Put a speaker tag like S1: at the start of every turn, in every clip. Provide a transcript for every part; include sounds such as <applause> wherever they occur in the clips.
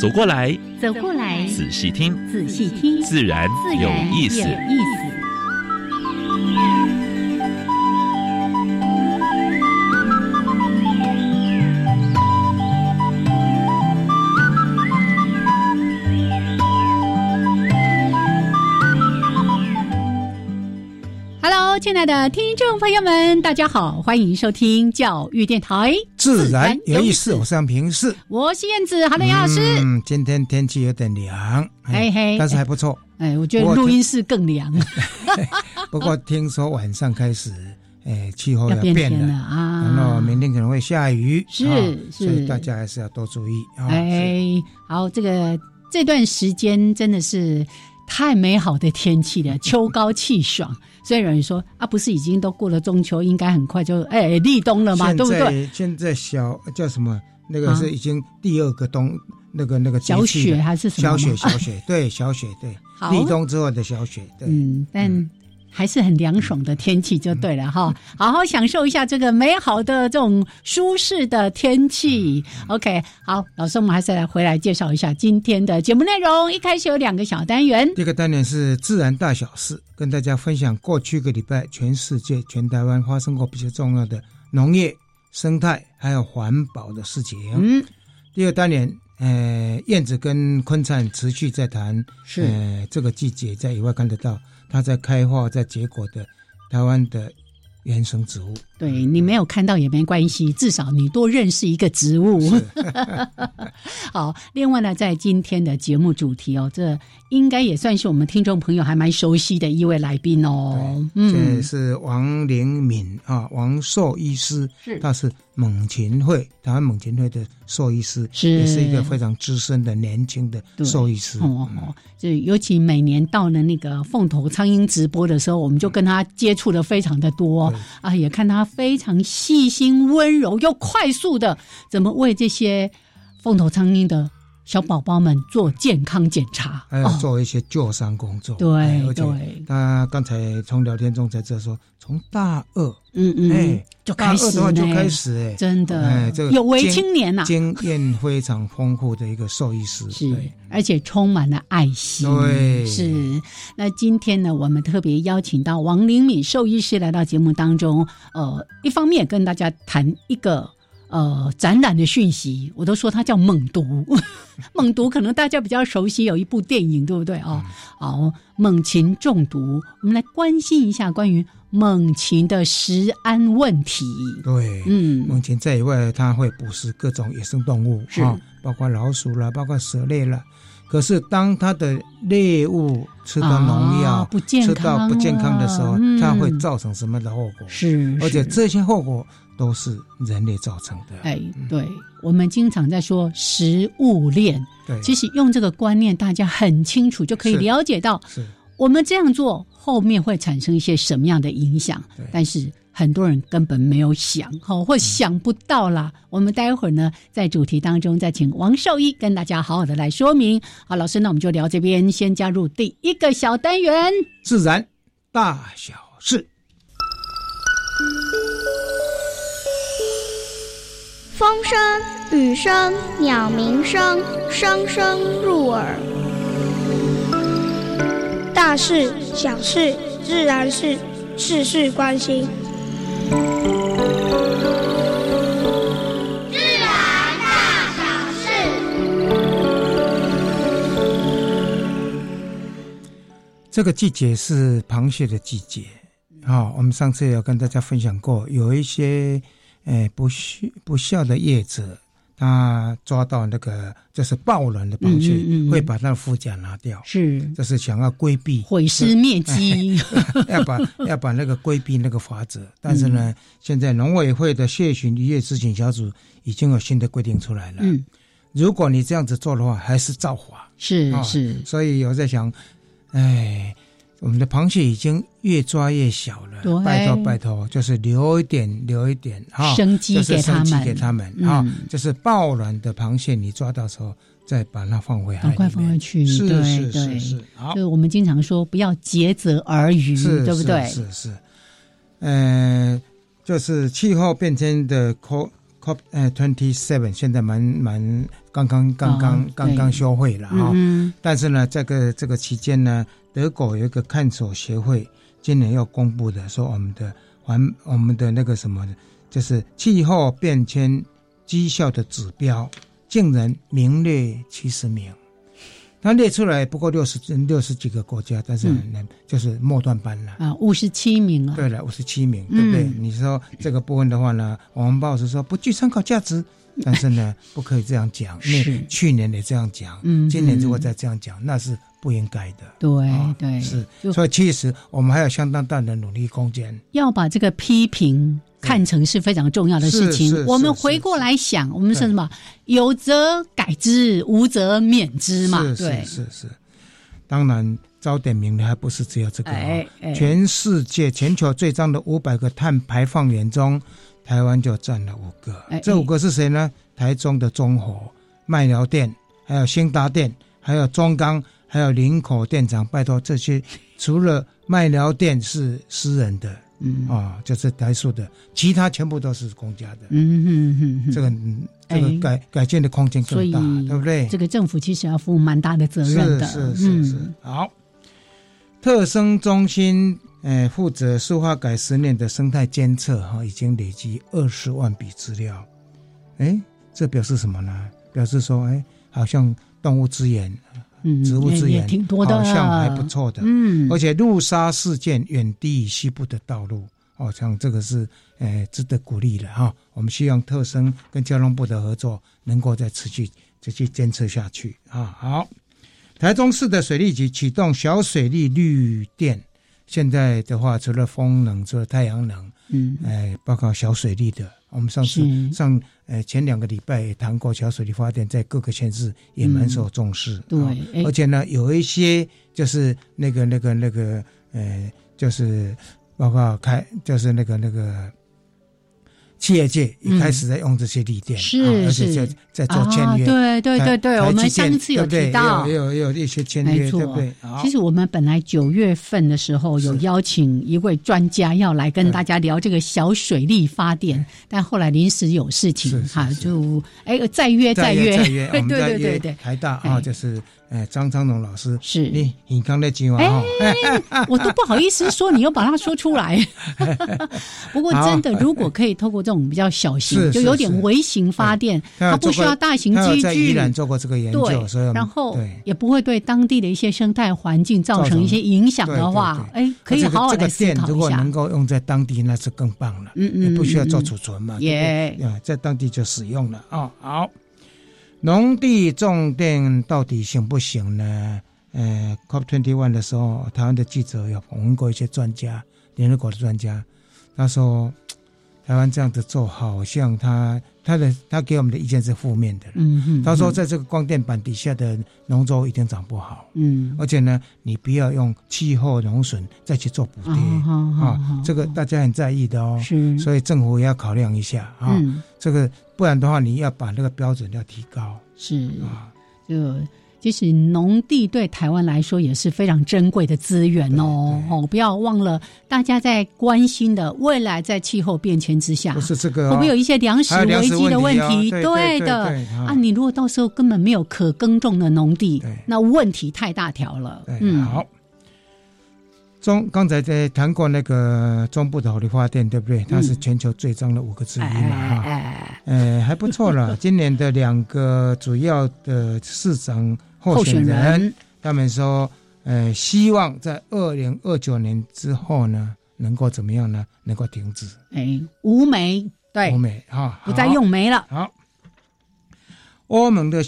S1: 走过来，
S2: 走过来，
S1: 仔细听，
S2: 仔细听，
S1: 自然
S2: 自
S1: 有
S2: 然
S1: 意思。
S2: 有意思。Hello，亲爱的听众朋友们，大家好，欢迎收听教育电台，
S3: 自然有意思，我是杨平是。
S2: 我是燕子，好的，杨老师。
S3: 嗯，今天天气有点凉，哎
S2: 嘿嘿
S3: 但是还不错。
S2: 哎，我觉得
S3: 我
S2: 录音室更凉，
S3: 不过听说晚上开始，哎，气候
S2: 要
S3: 要
S2: 哦变
S3: 变
S2: 天了
S3: 了，然后
S2: 啊！
S3: 明天可能会下雨，
S2: 是
S3: 啊
S2: 是
S3: 所以大家还是要多注意啊。是
S2: 哎，好，这个这段时间真的是太美好的天气了，秋高气爽。所以有人说啊，不是已经都过了中秋，应该很快就哎立冬了嘛，
S3: 现
S2: 对不对？
S3: 在现在小呃叫什么？那个
S2: 啊
S3: 是已经第二个冬，那个那个节
S2: 小
S3: 气了
S2: 雪还是什么
S3: 小
S2: 吗？
S3: 雪，小雪，对，小雪，对，
S2: 好
S3: 立冬之后的小雪，对，
S2: 嗯，但还是很凉爽的天气就对了
S3: 嗯
S2: 哈，好好享受一下这个美好的这种舒适的天气。OK，好，
S3: 嗯
S2: 老师，我们还是来回来介绍一下今天的节目内容。一开始有两个小单元，
S3: 这个单元是自然大小事，跟大家分享过去一个礼拜全世界、全台湾发生过比较重要的农业、生态还有环保的事情。
S2: 嗯，
S3: 第二单元，呃，燕子跟昆灿持续在谈，
S2: 是
S3: 呃，这个季节在野外看得到它在开花、在结果的台湾的原生植物。
S2: 对你没有看到也没关系，至少你多认识一个植物。 <laughs> 好，另外呢，在今天的节目主题哦，这应该也算是我们听众朋友还蛮熟悉的一位来宾哦。
S3: 这
S2: 嗯，
S3: 是王灵敏啊，王兽医师，
S2: 是
S3: 他是猛禽会台湾猛禽会的兽医师，
S2: 是
S3: 也是一个非常资深的年轻的
S2: 对
S3: 兽医师。
S2: 哦，就尤其每年到了那个凤头苍鹰直播的时候，我们就跟他接触的非常的多
S3: 对
S2: 啊，也看他非常细心、温柔又快速的怎么为这些凤头苍鹰的小宝宝们做健康检查。
S3: 还有
S2: 哦，
S3: 做一些救伤工作。
S2: 对
S3: 哎而
S2: 对
S3: 且他刚才从聊天中才知道说，从大二，
S2: 嗯嗯，
S3: 哎，
S2: 就
S3: 大
S2: 开
S3: 二
S2: 始
S3: 的话就
S2: 呢
S3: 开始，哎，
S2: 真的，
S3: 哎这个
S2: 有为
S3: 经
S2: 青年啊呐、
S3: 经验非常丰富的一个兽医师。
S2: 是
S3: 对，
S2: 而且充满了爱心。
S3: 对
S2: 是。那今天呢，我们特别邀请到王灵敏兽医师来到节目当中，呃，一方面跟大家谈一个。呃，展览的讯息，我都说它叫猛毒， <laughs> 猛毒可能大家比较熟悉，有一部电影，对不对
S3: 嗯
S2: 啊？好、猛禽中毒，我们来关心一下关于猛禽的食安问题。
S3: 对，
S2: 嗯，
S3: 猛禽在野外，它会捕食各种野生动物
S2: 是
S3: 啊，包括老鼠啦，包括蛇类啦。可是当它的猎物吃到农药、
S2: 啊不健
S3: 吃
S2: 康
S3: 到不健康的时候，
S2: 了
S3: 它会
S2: 嗯
S3: 造成什么样的后果？
S2: 是，
S3: 而且
S2: 是
S3: 这些后果都是人类造成的。嗯
S2: 哎，对，我们经常在说食物链，
S3: 对，
S2: 其实用这个观念，大家很清楚就可以
S3: 是
S2: 了解到，
S3: 是
S2: 我们这样做后面会产生一些什么样的影响
S3: 对。嗯
S2: 但是很多人根本没有想，哦，或想不到啦。我们待会儿呢，在主题当中再请王兽医跟大家好好的来说明。好，老师，那我们就聊这边，先加入第一个小单元。
S3: 自然大小事。
S4: 风声、雨声、鸟鸣声，声声入耳。大事、小事、自然是事事关心。
S3: 这个季节是螃蟹的季节啊、我们上次有跟大家分享过，有一些呃不孝不孝的业者，它抓到那个就是暴卵的螃蟹，
S2: 嗯嗯嗯
S3: 会把它的腹甲拿掉，
S2: 是
S3: 这是哎想要规避
S2: 毁尸灭迹，
S3: <laughs> 要把要把那个规避那个法则，但是
S2: 嗯
S3: 呢，现在农委会的蟹巡渔业咨询小组已经有新的规定出来了。
S2: <laughs> 嗯，
S3: 如果你这样子做的话，还是造法。
S2: 是
S3: 啊
S2: 是，
S3: 所以我在想，哎，我们的螃蟹已经越抓越小
S2: 对
S3: 了，拜托拜托，就是留一点留一点哈，
S2: 生机
S3: 就是
S2: 给他
S3: 生机
S2: 们
S3: 给他们
S2: 嗯
S3: 啊，就是抱卵的螃蟹，你抓到时候再把它放回海里
S2: 赶快
S3: 面，
S2: 放回去，
S3: 是
S2: 对
S3: 是
S2: 对
S3: 是是，好
S2: 就。是我们经常说不要竭泽而渔，
S3: 是，
S2: 嗯对不对？
S3: 是是是，呃，就是气候变迁的 COP COP 呃 twenty seven，现在蛮蛮刚刚刚刚、
S2: 哦对
S3: 刚刚休会了哈、
S2: 嗯
S3: 但是呢，这个这个期间呢，德国有一个看守协会今年要公布的，说我们的环我们的那个什么，就是气候变迁绩效的指标，竟然名列七十名。它列出来不过六十六十几个国家，但是很难、就是末段班了。
S2: 哼啊，五十七名啊，
S3: 对了，五十七名，对不对？
S2: 嗯
S3: 你说这个部分的话呢，我们报纸说不具参考价值，但是呢， <laughs> 不可以这样讲。
S2: 嗯是
S3: 那去年也这样讲，
S2: 嗯
S3: 今年如果再这样讲，那是不应该的。
S2: 对
S3: 啊
S2: 对，
S3: 是
S2: 就，
S3: 所以其实我们还有相当大的努力空间。
S2: 要把这个批评看成是非常重要的事
S3: 是是
S2: 情。
S3: 是
S2: 我们回过来想，我们说什么？有则改之，无则免之嘛。
S3: 是
S2: 对
S3: 是，是是，当然招点名的还不是只有这个、哦，
S2: 哎哎，
S3: 全世界全球最脏的五百个碳排放源中，台湾就占了五个
S2: 哎。
S3: 这五个是谁呢？台中的中和、麦寮店，还有兴达店，还有中钢，还有林口店长。拜托，
S2: <laughs>
S3: 这些除了麦寮店是私人的
S2: 嗯
S3: 啊、就是台塑的，其他全部都是公家的。
S2: 嗯哼哼哼，
S3: 这个嗯这
S2: 哎
S3: 个改改建的空间
S2: 所
S3: 更
S2: 以
S3: 大，对不对？
S2: 这个政府其实要负蛮大的责任的。
S3: 是是是是，
S2: 嗯
S3: 好。特生中心，呃，负责塑化改十年的生态监测哈、已经累积二十万笔资料。哎，这表示什么呢？表示说，哎，好像动物资源、
S2: 嗯，
S3: 植物资
S2: 也
S3: 源
S2: 也挺多的，啊
S3: 好像还不。错哦的。
S2: 嗯，
S3: 而且路杀事件远低于西部的道路，哦，像这个是呃值得鼓励的哈、我们希望特生跟交通部的合作能够再持续持续监测下去啊。好，台中市的水利局启动小水利绿电，现在的话除了风能，除了太阳能，
S2: 嗯，
S3: 呃，包括小水利的，我们上次
S2: 是
S3: 上呃前两个礼拜也谈过小水利发电，在各个县市也蛮受重视。
S2: 对
S3: 啊
S2: 哎
S3: 而且呢，有一些就是那个那个那个呃，就是包括开就是那个那个。企业界一开始在用这些利电，
S2: 是
S3: 啊而且
S2: 是
S3: 在在做签
S2: 啊，
S3: 约，
S2: 对对对对，
S3: 台
S2: 我们
S3: 台积电
S2: 上次有
S3: 对不对
S2: 提到
S3: 也，有也有也有一些签
S2: 没
S3: 约，
S2: 错
S3: 对不对？好
S2: 其实我们本来九月份的时候有
S3: 啊是
S2: 邀请一位专家要来跟
S3: 嗯
S2: 大家聊这个小水力发电，但后来临时有事情
S3: 是是
S2: 哈，
S3: 是
S2: 就哎再约
S3: 再
S2: 约，
S3: 再
S2: <laughs>
S3: 约，我
S2: 对
S3: 们再
S2: 对
S3: 约
S2: 对对，
S3: 台大
S2: 哎
S3: 啊，就是呃张昌龙老师，
S2: 是
S3: 你你刚啊那
S2: 哎
S3: 句话哈，
S2: 我都不好意思说，你又把它说出
S3: <laughs>
S2: 来。不过真的，如果可以透过这种比较小
S3: 是
S2: 型，
S3: 是
S2: 就有点
S3: 是哎
S2: 微型发电，
S3: 他
S2: 它
S3: 有
S2: 不
S3: 做
S2: 需
S3: 过
S2: 要大型
S3: 他
S2: 机
S3: 有在宜
S2: 具，
S3: 兰做过这个研究，所以我
S2: 对，
S3: 们
S2: 然后
S3: 对。
S2: 也不会对当地的一些生态环境造成一些影响的话，
S3: 对
S2: 哎，可以
S3: 这个
S2: 好好
S3: 这
S2: 来
S3: 个
S2: 思
S3: 电
S2: 考
S3: 如
S2: 一
S3: 果
S2: 下
S3: 能。够用在当地，那是更棒了。
S2: 嗯嗯
S3: 也不需要
S2: 嗯
S3: 做
S2: 嗯
S3: 储存嘛，
S2: 耶
S3: 对不对啊，在当地就使用了啊、好，农地种电到底行不行呢？呃，COP twenty one 的时候，台湾的记者有访问过一些专家，联合国的专家，他说台湾这样子做，好像他他的他给我们的意见是负面的。
S2: 嗯哼，
S3: 他
S2: 嗯
S3: 说，在这个光电板底下的农作物一定长不好。
S2: 嗯，
S3: 而且呢，你不要用气候农损再去做补贴
S2: 啊好好好
S3: 啊，这个大家很在意的哦，
S2: 是，
S3: 所以政府也要考量一下啊，
S2: 嗯，
S3: 这个不然的话，你要把那个标准要提高
S2: 是，
S3: 啊，
S2: 就其实农地对台湾来说也是非常珍贵的资源哦。
S3: 对
S2: 哦，不要忘了大家在关心的未来在气候变迁之下
S3: 不，是这个
S2: 会
S3: 哦
S2: 不会有一些粮食
S3: 还有粮
S2: 危
S3: 食
S2: 机的问
S3: 问题
S2: 题？
S3: 哦对对
S2: 的
S3: 对对啊
S2: 啊，你如果到时候根本没有可耕种的农地
S3: 对，
S2: 那问题太大条了。
S3: 对，
S2: 嗯，
S3: 哎好。中刚才在谈过那个中部的火力发电，对不对？它是全球最脏的五个之一
S2: 哎嗯
S3: 嘛，
S2: 哎
S3: 哈、
S2: 哎，
S3: 呃，还不
S2: <laughs>
S3: 错了。今年的两个主要的市长候
S2: 候选
S3: 选人，
S2: 人
S3: 他们说，呃，希望在二零二九年之后呢，能够怎么样呢？能够停止
S2: 哎，无煤对
S3: 欧，美哈，
S2: 不再
S3: 好。
S2: 用煤了。
S3: 好，欧盟的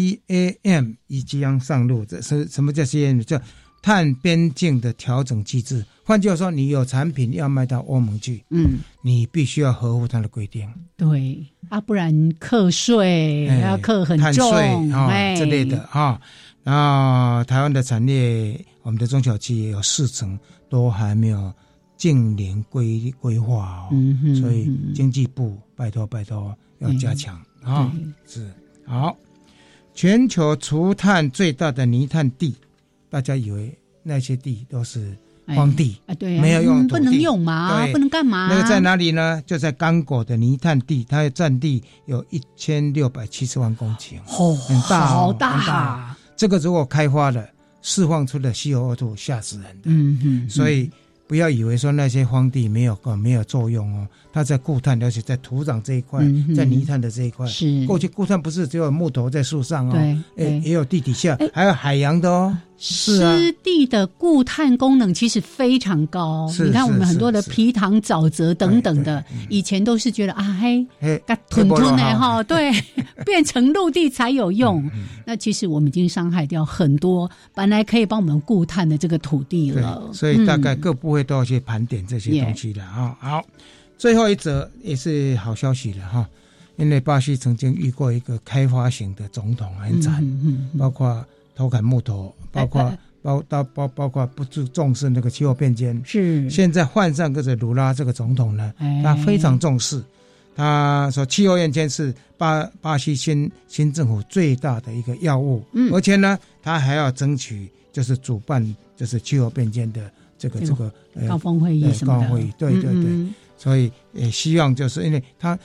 S3: CBAM 已即将上路。这是什么叫 CBAM？叫碳边境的调整机制。换句话说，你有产品要卖到欧盟去，
S2: 嗯，
S3: 你必须要合乎它的规定，
S2: 对啊，不然课税
S3: 哎
S2: 要课很
S3: 碳税
S2: 重，
S3: 啊、
S2: 哎
S3: 这类的，啊。然后台湾的产业，我们的中小企业有四成都还没有净零规规划哦。
S2: 嗯哼，
S3: 所以
S2: 嗯
S3: 经济部拜托拜托要加强啊、
S2: 对
S3: 是好，全球除碳最大的泥炭地，大家以为那些地都是荒地，
S2: 哎啊，对啊，
S3: 没有用
S2: 嗯
S3: 土
S2: 不能
S3: 地
S2: 用嘛，
S3: 对
S2: 不能干嘛？
S3: 那个在？哪里呢？就在刚果的泥炭地，它的占地有一千六百七十万公顷，
S2: 哦，
S3: 很大哦
S2: 好
S3: 很大
S2: 大，啊
S3: 这个如果开发了，释放出的 CO2 吓死人的，
S2: 嗯哼，
S3: 所以。不要以为说那些荒地没有没有作用哦，它在固碳，而且在土壤这一块，
S2: 嗯哼
S3: 在泥炭的这一块，
S2: 是
S3: 过去固碳不是只有木头在树上哦，
S2: 嗯对
S3: 诶，也
S2: 对，
S3: 有地底下
S2: 哎，
S3: 还有海洋的哦。是啊
S2: 湿地的固碳功能其实非常高。
S3: 是
S2: 你看我们
S3: 是
S2: 很多的
S3: 是
S2: 皮塘、沼泽等等的
S3: 对对嗯，
S2: 以前都是觉得啊嘿，
S3: 嘿
S2: 嘎吞吞的，哈，
S3: <laughs>
S2: 对，变成陆地才有
S3: 嗯
S2: 用。那其实我们已经伤害掉很多本来可以帮我们固碳的这个土地
S3: 这个
S2: 了
S3: 对，。所以大概
S2: 嗯
S3: 各部会都要去盘点这些东西的啊。好，最后一则也是好消息了哈，因为巴西曾经遇过一个开发型的总统，很惨，
S2: 嗯嗯嗯
S3: 包括偷砍木头，包
S2: 哎
S3: 括
S2: 哎
S3: 包包包包括不注重视那个气候变迁。
S2: 是
S3: 现在换上跟着卢拉这个总统呢，
S2: 哎
S3: 他非常重视。他说，气候变迁是巴巴西新新政府最大的一个要务，
S2: 嗯
S3: 而且呢，他还要争取就是主办就是气候变迁的这个
S2: 这
S3: 这
S2: 个哦
S3: 个呃
S2: 高峰会议
S3: 呃
S2: 什么
S3: 高会
S2: 的
S3: 议，对对对
S2: 嗯嗯
S3: 所以也希望就是因为他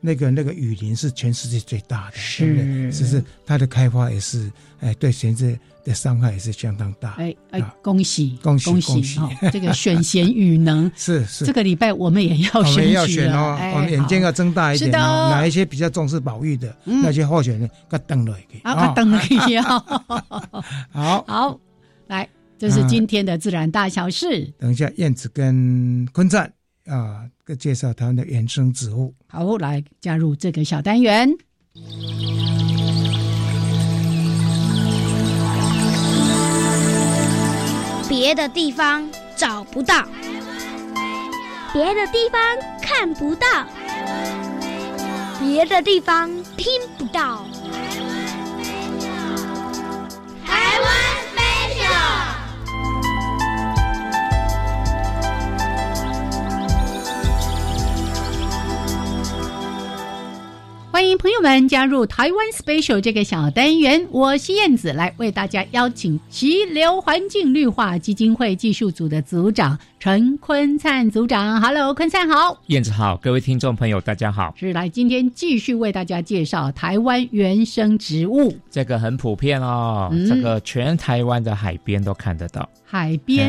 S3: 那个那个雨林是全世界最大的，
S2: 是
S3: 对不对只是它的开发也是，哎，对全世界的伤害也是相当大，
S2: 哎哎
S3: 啊，
S2: 恭喜
S3: 恭喜
S2: 恭
S3: 恭喜，
S2: 喜！哈，这个选贤与能
S3: 是是
S2: 这。个礼拜我们也要
S3: 哦我
S2: 选
S3: 们
S2: 举
S3: 要选
S2: 了
S3: 哦，
S2: 哎
S3: 我们眼睛要
S2: 好
S3: 睁大一点
S2: 是的
S3: 哦。
S2: 哦
S3: 哪一些比较重视保育的，那些候选人，给登了也可以。
S2: 啊，
S3: 哦
S2: 等了一下，
S3: <laughs> 好，
S2: 啊好，来，这是今天的自然大小事。
S3: 等一下燕子跟坤赞啊，各介绍他们的原生植物。
S2: 好，来加入这个小单元。
S4: 别的地方找不到，别的地方看不到，别的地方听不到。台湾 special。
S2: 欢迎朋友们加入台湾 Special 这个小单元，我是燕子，来为大家邀请溪流环境绿化基金会技术组的组长陈坤灿组长。Hello，坤灿好。
S5: 燕子好，各位听众朋友，大家好。
S2: 是来今天继续为大家介绍台湾原生植物，
S5: 这个很普遍哦，
S2: 嗯
S5: 这个全台湾的海边都看得到。
S2: 海边。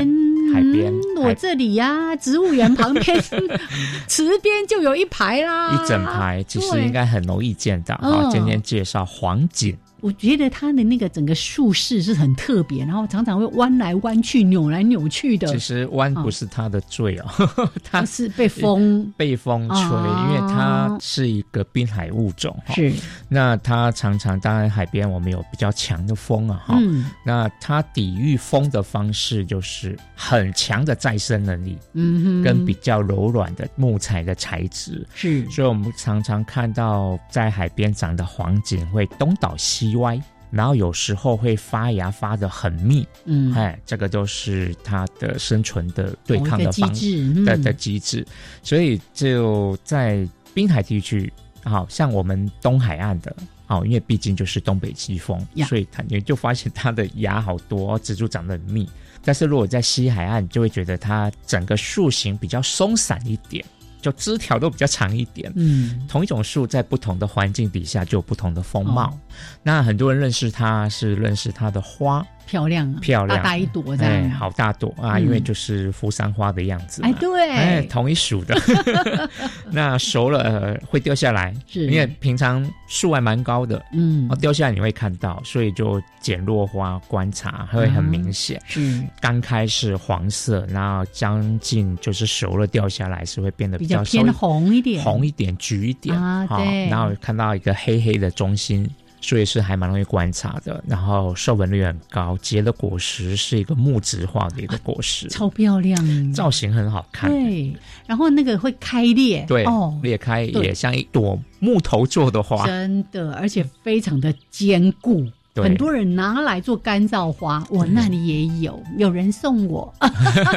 S5: 海边
S2: 嗯
S5: 海
S2: 我这里呀、植物园旁边， <laughs> 池边就有一排啦，
S5: 一整排其实
S2: 对
S5: 应该很容易见到。
S2: 嗯
S5: 好，今天介绍黄锦，
S2: 我觉得它的那个整个树势是很特别，然后常常会弯来弯去、扭来扭去的，
S5: 其实弯不是它的罪 <laughs> 哦，它
S2: 它是被风
S5: 被风吹，
S2: 哦
S5: 因为它是一个滨海物种哈。
S2: 是
S5: 那它常常当然海边我们有比较强的风啊哈。
S2: 嗯
S5: 那它抵御风的方式就是很强的再生能力，
S2: 嗯哼
S5: 跟比较柔软的木材的材质。
S2: 是
S5: 所以我们常常看到在海边长的黄锦会东倒西歪，然后有时候会发芽发得很密，
S2: 嗯
S5: 哎，这个都是它的生存的对
S2: 同
S5: 抗
S2: 一个
S5: 的
S2: 机
S5: 方
S2: 制嗯
S5: 的的机制。所以就在滨海地区，好像我们东海岸的。好，因为毕竟就是东北季风
S2: 呀，
S5: 所以它你就发现它的芽好多，植株长得很密。但是如果在西海岸，就会觉得它整个树形比较松散一点，就枝条都比较长一点。
S2: 嗯
S5: 同一种树在不同的环境底下就有不同的风貌。
S2: 哦
S5: 那很多人认识它是认识它的花，
S2: 漂亮啊，
S5: 漂亮
S2: 大大一朵这
S5: 哎，
S2: 样，
S5: 好大朵啊，
S2: 嗯哎
S5: 因为就是扶桑花的样子嘛。
S2: 啊哎对 <laughs>
S5: 哎，同一属的。那熟了、呃、会掉下来，
S2: 是
S5: 因为平常树还蛮高的，
S2: 嗯
S5: 哦，，掉下来你会看到，所以就捡落花观察，会很明显。
S2: 是
S5: 刚开始黄色，然后将近就是熟了掉下来是会变得
S2: 比
S5: 较
S2: 较
S5: 稍微
S2: 偏红一点，
S5: 红一点、橘一点
S2: 啊
S5: 好
S2: 对
S5: 然后看到一个黑黑的中心，所以是还蛮容易观察的。然后授粉率很高，结的果实是一个木质化的一个果实，
S2: 啊超漂亮，
S5: 造型很好看。
S2: 对，然后那个会开裂，
S5: 对
S2: 哦，
S5: 裂开
S2: 对
S5: 也像一朵木头做的花，
S2: 真的，而且非常的坚固。
S5: 对
S2: 很多人拿来做干燥花，我那里也有，有人送我。
S5: 哎
S2: 啊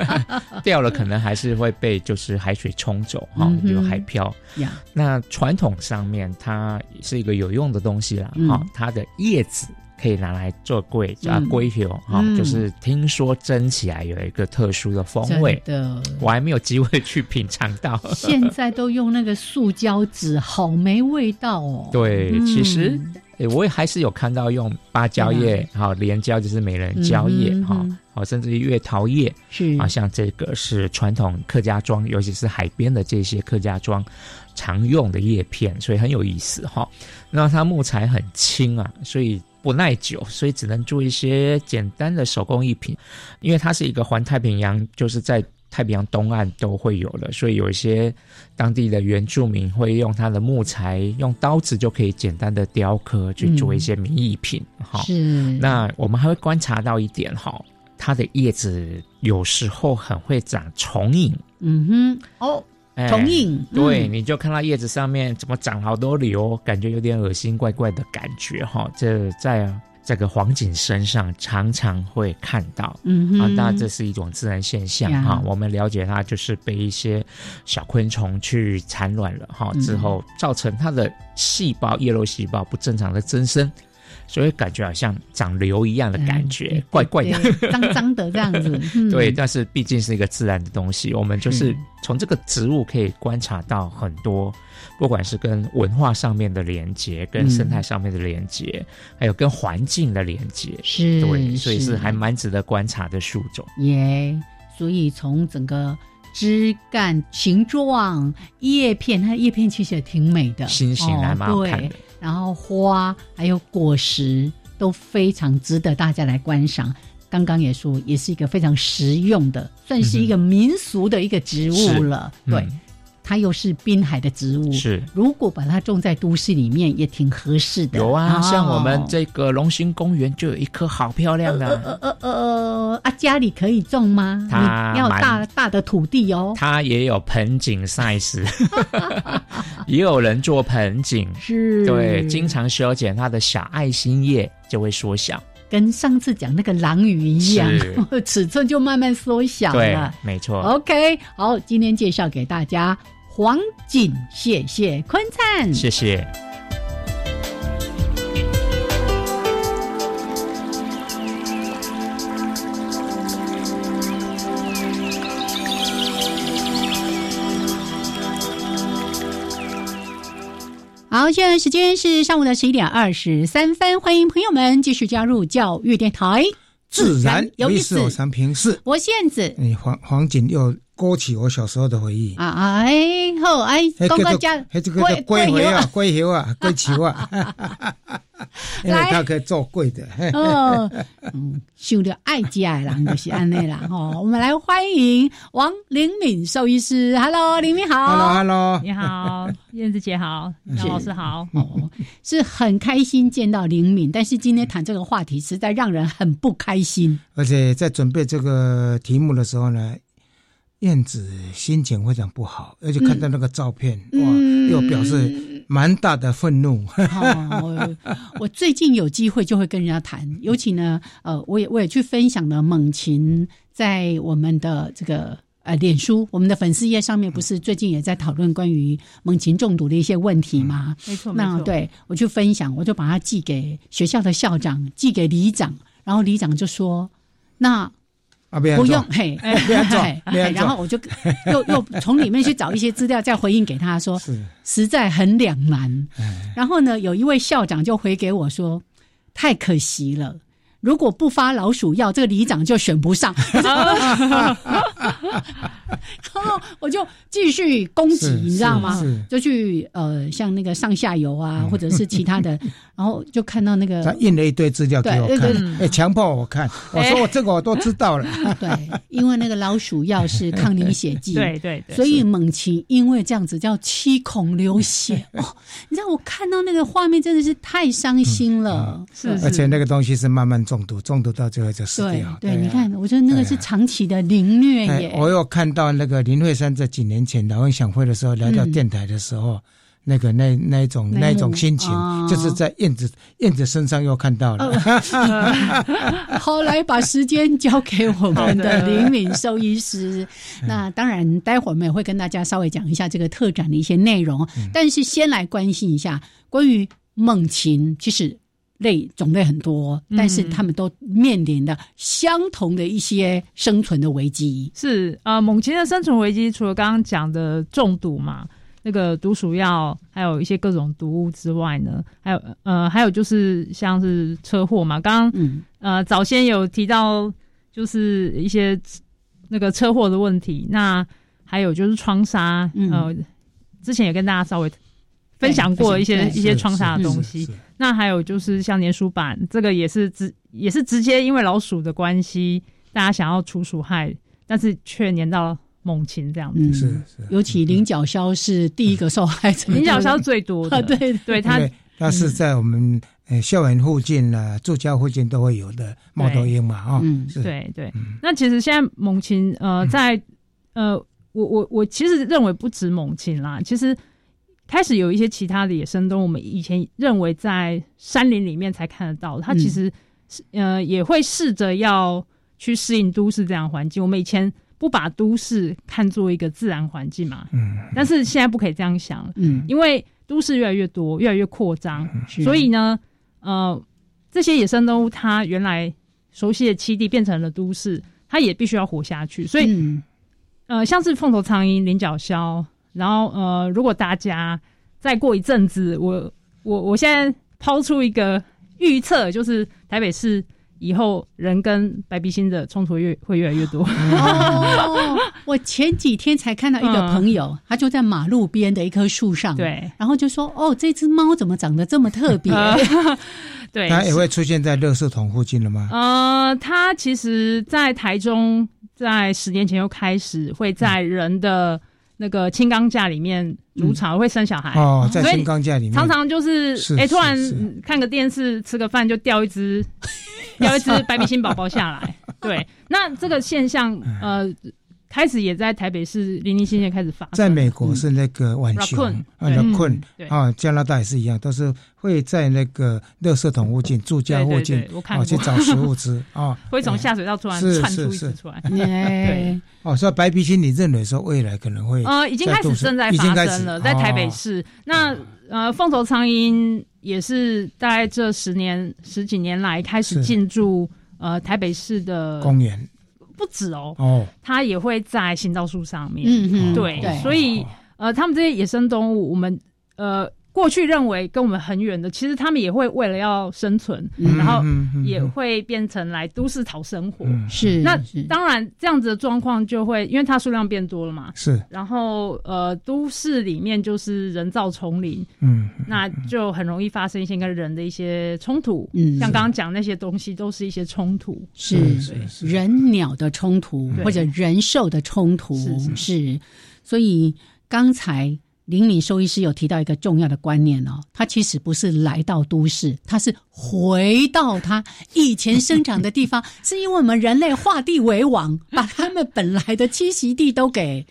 S5: 掉了可能还是会被就是海水冲走哈
S2: 嗯，哼
S5: 有海漂。
S2: 呀，
S5: 那传统上面它是一个有用的东西啦，哈、
S2: 嗯
S5: 它的叶子可以拿来做桂叫
S2: 嗯
S5: 桂油哈，
S2: 嗯
S5: 就是听说蒸起来有一个特殊的风
S2: 真
S5: 味，
S2: 的。
S5: 我还没有机会去品尝到。
S2: 现在都用那个塑胶纸，好没味道哦。
S5: 对，其实
S2: 嗯
S5: <laughs> 诶我也还是有看到用芭蕉叶，好、莲蕉就是美人蕉叶
S2: 嗯哼
S5: 哈，好、
S2: 嗯哼
S5: 甚至于月桃叶
S2: 是
S5: 啊，像这个是传统客家庄，尤其是海边的这些客家庄常用的叶片，所以很有意思哈、那它木材很轻啊，所以不耐久，所以只能做一些简单的手工艺品，因为它是一个环太平洋，就是在。太平洋东岸都会有了，所以有一些当地的原住民会用它的木材，用刀子就可以简单的雕刻，去做一些名艺品。哈、
S2: 是
S5: 那我们还会观察到一点哈，它的叶子有时候很会长虫影，
S2: 嗯哼哦，
S5: 哎
S2: 重。影
S5: 对，
S2: 嗯
S5: 你就看到叶子上面怎么长好多瘤，感觉有点恶心、怪怪的感觉哈。这在这个黄锦身上常常会看到。
S2: 嗯
S5: 啊
S2: 哼，，
S5: 那这是一种自然现象
S2: 呀
S5: 哈、我们了解它就是被一些小昆虫去产卵了哈、
S2: 嗯
S5: 之后造成它的细胞叶肉细胞不正常的增生，所以感觉好像长瘤一样的感觉，
S2: 嗯
S5: 怪怪的。
S2: 对对脏脏的这样子。嗯
S5: <laughs> 对，但是毕竟是一个自然的东西，我们就是
S2: 是
S5: 从这个植物可以观察到很多，不管是跟文化上面的连接，跟
S2: 嗯
S5: 生态上面的连接，还有跟环境的连接。
S2: 是
S5: 对，所以是还蛮值得观察的树种。
S2: 耶。所以从整个枝干形状、叶片，它的叶片其实也挺美的，
S5: 心形还蛮好看
S2: 哦
S5: 的。
S2: 对然后花还有果实都非常值得大家来观赏。刚刚也说，也是一个非常实用的，算是一个民俗的一个植物了。
S5: 嗯
S2: 对，它又是滨海的植物，
S5: 是
S2: 如果把它种在都市里面，也挺合适的。
S5: 有啊，
S2: 哦
S5: 像我们这个龙兴公园就有一棵好漂亮的啊、
S2: 呃呃呃呃啊，家里可以种吗？
S5: 它
S2: 你要有
S5: 蛮
S2: 大大的土地哦。
S5: 它也有盆
S2: <laughs>
S5: 景 size，也有人做盆景，
S2: 是，
S5: 对，经常修剪它的小爱心叶就会缩小，
S2: 跟上次讲那个狼语一样， <laughs> 尺寸就慢慢缩小
S5: 对
S2: 了。，哦
S5: 没错。
S2: OK，好，今天介绍给大家黄锦，谢谢坤灿，
S5: 谢谢。
S2: 好，现在时间是上午的十一点二十三分，欢迎朋友们继续加入教育电台，
S3: 自然
S2: 有
S3: 有
S2: 意
S3: 意
S2: 思
S3: 思，我常平是。
S2: 我现子
S3: 你黄黄景又勾起我小时候的回忆。
S2: 啊啊哎好哎，
S3: 嘿
S2: 公公
S3: 叫做
S2: 家
S3: 嘿这个叫龟回
S2: 啊
S3: 啊，龟球啊，龟球啊，
S2: <laughs>
S3: <laughs> 因为它可以做贵的。嘿
S2: 哦，嗯，想到爱家的人就是安内啦吼、我们来欢迎王灵敏兽医师，Hello，灵敏好
S3: Hello，Hello，
S6: 你
S2: <laughs>
S6: 好，燕子姐好，
S2: 嗯
S6: 杨老师好。
S2: 哦，是很开心见到灵敏，但是今天谈这个话题实在让人很不开心。
S3: 而且在准备这个题目的时候呢，燕子心情非常不好，而且看到那个照片，
S2: 嗯
S3: 哇，又表示蛮大的愤怒。 <laughs>
S2: 哦，我我最近有机会就会跟人家谈，尤其呢，呃，我也我也去分享了猛禽在我们的这个。呃，脸书我们的粉丝页上面不是最近也在讨论关于猛禽中毒的一些问题吗？
S6: 没错，嗯没
S2: 那
S6: 错，，
S2: 对我去分享，我就把它寄给学校的校长，寄给里长，然后里长就说：“那
S3: 啊，不要
S2: 不
S3: 做
S2: 用，
S3: <laughs>
S2: 嘿，
S3: 不要做
S2: 嘿
S3: 不要
S2: 嘿
S3: 做
S2: 然后我就又又从里面去找一些资料，再回应给他说，
S3: 是
S2: 实在很两难。
S3: 哎
S2: 然后呢，有一位校长就回给我说：“太可惜了。”
S3: <laughs>
S2: 如果不发老鼠药，这个里长就选不上。然后我就继续攻击，
S3: 是
S2: 你知道吗
S3: 是是？
S2: 就去呃，像那个上下游啊，或者是其他的，然后就看到那
S3: 他
S2: 个
S3: 印了一堆资料给我
S2: 对对嗯哎对
S3: 看，哎，强迫
S2: <laughs>
S3: 我看，我说我这个我都知道了，
S2: 对，因为那个老鼠药是抗凝血剂，
S6: 对对对，
S2: 所以猛禽因为这样子叫七孔流血哦，你知道我看到那个画面真的是太伤心了。
S6: 是
S3: 而且那个东西嗯是慢慢中毒，中毒到最后就死
S2: 对
S3: 掉。
S2: 对，
S3: 啊
S2: 你看，我觉得那个是长期的凌虐
S3: 哎
S2: 耶，。
S3: 我有看到那个林慧珊在几年前老人享会的时候来到电台的时候，
S6: 嗯
S3: 那个那那一
S2: 那
S3: 种
S2: 一幕
S3: 那一种心情，
S2: 哦
S3: 就是在燕子燕子身上又看到了。
S6: 哦
S2: <laughs>
S3: <laughs>
S2: 好，来把时间交给我们
S6: 好
S2: 的
S6: 的
S2: 林敏兽医师。那当然，待会儿我们也会跟大家稍微讲一下这个特展的一些内容，但是先来关心一下关于猛禽，其实类种类很多，但是他们都面临的相同的一些生存的危机。
S6: 是呃，猛禽的生存危机，除了刚刚讲的中毒嘛，那个毒鼠药，还有一些各种毒物之外呢，还有呃，还有就是像是车祸嘛，刚刚
S2: 嗯，
S6: 呃早先有提到就是一些那个车祸的问题，那还有就是窗杀，
S2: 嗯
S6: 呃，之前也跟大家稍微分享过
S2: 对
S6: 一些
S2: 对
S6: 一些窗杀
S3: 是
S6: 的东西，，
S3: 是是
S6: 那还有就是像粘鼠板，这个也是直也是直接因为老鼠的关系，大家想要除鼠害，但是却粘到猛禽这样子。
S2: 嗯
S3: 是是是
S2: 尤其菱角鸮是第一个受害者，
S6: 菱角鸮最多的，
S2: 啊， <laughs> 对对
S6: 对它
S3: 因为它是在我
S6: 嗯
S3: 们呃校园附近呢、住家附近都会有的猫头鹰嘛，啊、
S2: 嗯
S3: 是
S6: 对对
S3: 嗯。
S6: 那其实现在猛禽，呃，在呃，我我我其实认为不止猛禽啦，其实开始有一些其他的野生动物，我们以前认为在山林里面才看得到，它
S2: 嗯
S6: 其实是呃也会试着要去适应都市这样的环境。我们以前不把都市看作一个自然环境嘛，
S3: 嗯，
S6: 但是现在不可以这样想了，
S2: 嗯，
S6: 因为都市越来越多，越来越扩张，
S2: 是
S6: 所以呢，呃，这些野生动物它原来熟悉的栖地变成了都市，它也必须要活下去。所以，
S2: 嗯
S6: 呃，像是凤头苍蝇、菱角鸮，然后呃，如果大家再过一阵子，我我我现在抛出一个预测，就是台北市以后人跟白鼻星的冲突越会越来越多。
S2: 哦，我前几天才看到一个朋友，他就在马路边的一棵树上，，
S6: 嗯对
S2: 然后就说：“哦，这只猫怎么长得这么特别？”
S6: 呃 <laughs> 对，
S3: 它也会出现在垃圾桶附近了吗？
S6: 呃，它其实，在台中，在十年前就开始会在人的那个轻钢架里面筑巢，会生小孩。
S3: 哦，在
S6: 哎所以
S3: 新钢架里面，
S6: 常常就是
S3: 是，
S6: 哎、
S3: 是
S6: 突然
S3: 是
S6: 嗯看个电视，吃个饭就掉
S3: <laughs>
S6: 一只，掉一只白鼻星宝宝下来。对，那这个现象，
S3: 哎
S6: 呃，开始也在台北市零零星星开始发生。
S3: 在美国是那个浣熊
S6: 啊
S3: 啊
S6: 嗯 Raccoon，对嗯
S3: ，raccoon
S6: 对
S3: 啊，加拿大也是一样，都是会在那个垃圾桶附近、住家附近
S6: 对对对我看
S3: 啊
S6: 过
S3: 去找食物吃啊。
S6: <laughs> 会从
S3: 哎
S6: 下水道突然
S3: 是
S6: 窜
S3: 是
S6: 出一只
S3: 是
S6: 出来。
S2: 耶
S3: 哦，所以白皮心，你认为说未来可能会
S6: 呃，已经开始正在发生了，
S3: 已经开始哦嗯
S6: 在台北市。那呃，凤头苍蝇也是大概这十年十几年来开始
S3: 是
S6: 进驻呃台北市的，
S3: 公园
S6: 不止哦，
S3: 哦？
S6: 它也会在行道树上面。
S2: 嗯嗯，
S6: 对
S2: 对，
S6: 所以
S3: 哦
S6: 呃，他们这些野生动物，我们呃过去认为跟我们很远的，其实他们也会为了要生存，
S2: 嗯
S6: 然后
S3: 嗯嗯嗯
S6: 也会变成来都市讨生活。
S3: 嗯
S2: 是
S6: 那
S2: 是
S6: 当然，这样子的状况就会，因为它数量变多了嘛，
S3: 是
S6: 然后呃，都市里面就是人造丛林，
S3: 嗯
S6: 那就很容易发生一些跟人的一些冲突。
S2: 嗯
S6: 像刚刚讲那些东西，都是一些冲突。
S2: 是
S3: 是是
S2: 人鸟的冲突
S6: 对
S2: 或者人兽的冲突
S6: 是是
S2: 所以刚才林敏兽医师有提到一个重要的观念哦，它其实不是来到都市，它是回到它以前生长的地方， <laughs> 是因为我们人类化地为
S6: <laughs>
S2: 王，把他们本来的栖息地都给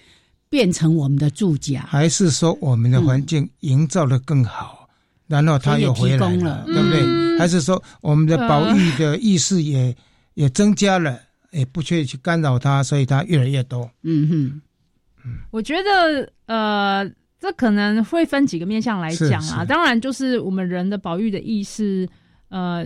S2: 变成我们的住家。
S3: 还是说我们的环境营造的更
S6: 嗯
S3: 好，然后它又回来
S2: 所以也提供了
S3: 对不对？还是说我们的保育
S6: 嗯
S3: 的意识也、也增加了，也不去去干扰它，所以它越来越多。
S2: 嗯哼，
S6: 我觉得呃，这可能会分几个面向来
S3: 是
S6: 讲
S3: 是
S6: 啊。当然，就是我们人的保育的意识，呃，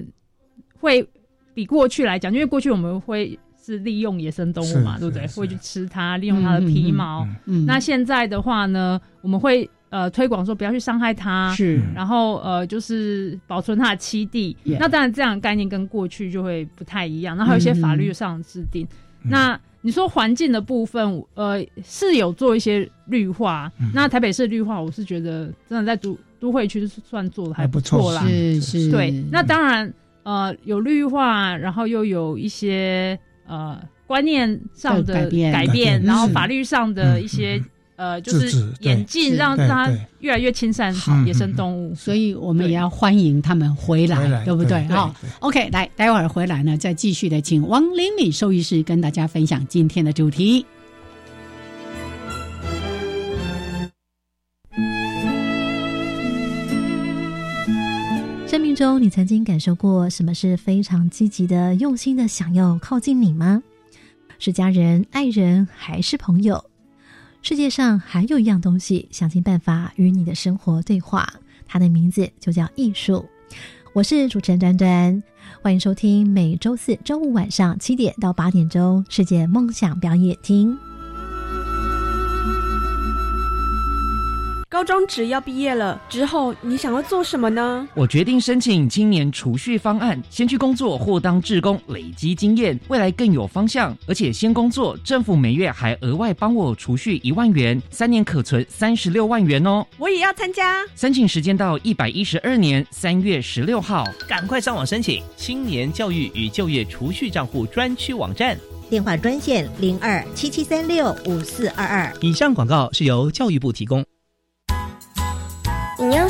S6: 会比过去来讲，因为过去我们会是利用野生动物嘛，
S3: 是
S6: 对不对？
S3: 是是
S6: 会去吃它，利用它的皮毛。
S3: 嗯
S2: 嗯，
S6: 那现在的话呢，我们会呃推广说不要去伤害它，
S2: 是
S6: 然后呃，就是保存它的栖地。
S2: Yeah
S3: 嗯
S6: 那当然，这样的概念跟过去就会不太一样。然后还有一些法律上的制定。那你说环境的部分，呃，是有做一些绿化。
S3: 嗯
S6: 那台北市绿化，我是觉得真的在都都会区是算做的
S3: 还不
S6: 不
S3: 错嗯
S6: 错啦。
S2: 是是，
S6: 对，那当然，呃，有绿化，然后又有一些呃观念上的
S2: 改变
S6: 改
S3: 改变
S6: 然后
S2: 嗯
S6: 法律上的
S3: 嗯
S6: 一些、
S3: 嗯
S6: 呃，就
S3: 制止
S6: 是
S3: 对
S6: 演进，
S2: 是
S6: 让
S3: 对
S6: 它
S3: 对
S6: 越来越亲善
S3: 好嗯嗯
S6: 野生
S3: 嗯
S6: 动物。
S2: 所以我们
S6: 对
S2: 也要欢迎他们回来，
S3: 回来
S2: 对不对？
S3: 对
S2: 哈、
S3: 对
S2: OK，来，待会儿回来呢，再继续的请王玲敏兽医师跟大家分享今天的主题。
S7: 生命中，你曾经感受过什么是非常积极的、用心的想要靠近你吗？是家人、爱人，还是朋友？世界上还有一样东西，想尽办法与你的生活对话，它的名字就叫艺术。我是主持人端端，欢迎收听每周四、周五晚上七点到八点钟《世界梦想表演厅》。
S8: 高中职要毕业了之后，你想要做什么呢？
S9: 我决定申请青年储蓄方案，先去工作或当志工，累积经验，未来更有方向。而且先工作，政府每月还额外帮我储蓄一万元，三年可存三十六万元哦。
S8: 我也要参加。
S9: 申请时间到一百一十二年三月十六号。
S10: 赶快上网申请青年教育与就业储蓄账户专区网站。
S11: 电话专线零二七七三六五四二二。
S10: 以上广告是由教育部提供。
S4: 饮用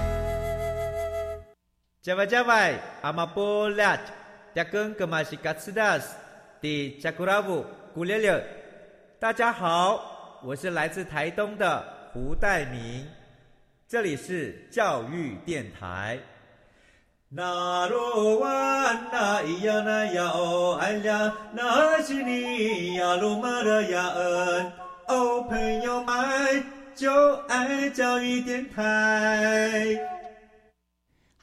S12: Java Java, Amapolat, Jakeng Kemasikatsidas, Di Jakuravu, Gulele。大家好，我是来自台东的胡代明，这里是教育电台。那罗哇那咿呀那呀哦哎呀，那是你呀鲁玛的呀恩哦，朋友们就爱教育电台。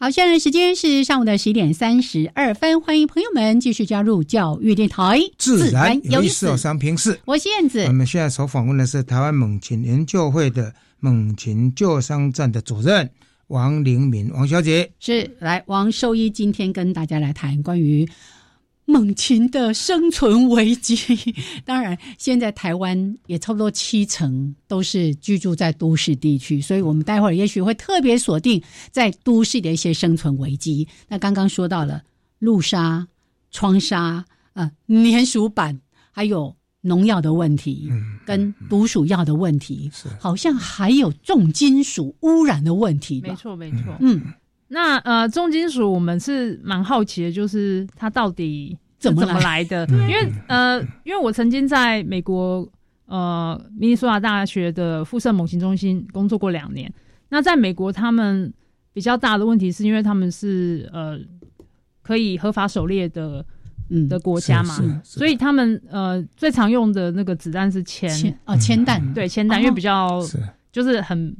S2: 好，现在时间是上午的十一点三十二分，欢迎朋友们继续加入教育电台，
S3: 自然有意思，哦三平四。
S2: 我是燕子
S3: 我，们现在所访问的是台湾猛禽研究会的猛禽救伤站的主任王玲敏王小姐。
S2: 是来王兽医今天跟大家来谈关于猛禽的生存危机。 <laughs> 当然，现在台湾也差不多七成都是居住在都市地区，所以我们待会儿也许会特别锁定在都市的一些生存危机。那刚刚说到了路杀、窗杀、呃粘鼠板，还有农药的问题，
S3: 嗯
S2: 跟毒鼠药的问题，
S3: 是
S2: 好像还有重金属污染的问题
S6: 没
S2: 吧？
S6: 错，没错。
S2: 嗯。
S6: 那呃，重金属我们是蛮好奇的，就是它到底是
S2: 怎么来
S6: 怎么来的？因为呃，因为我曾经在美国呃明尼苏达大学的附射猛禽中心工作过两年。那在美国，他们比较大的问题是因为他们是呃可以合法狩猎的
S2: 嗯
S6: 的国家嘛
S3: 是是，是
S6: 所以他们呃最常用的那个子弹是铅，
S2: 铅哦，铅弹，
S6: 对铅弹，因为比较
S3: 是
S6: 就是很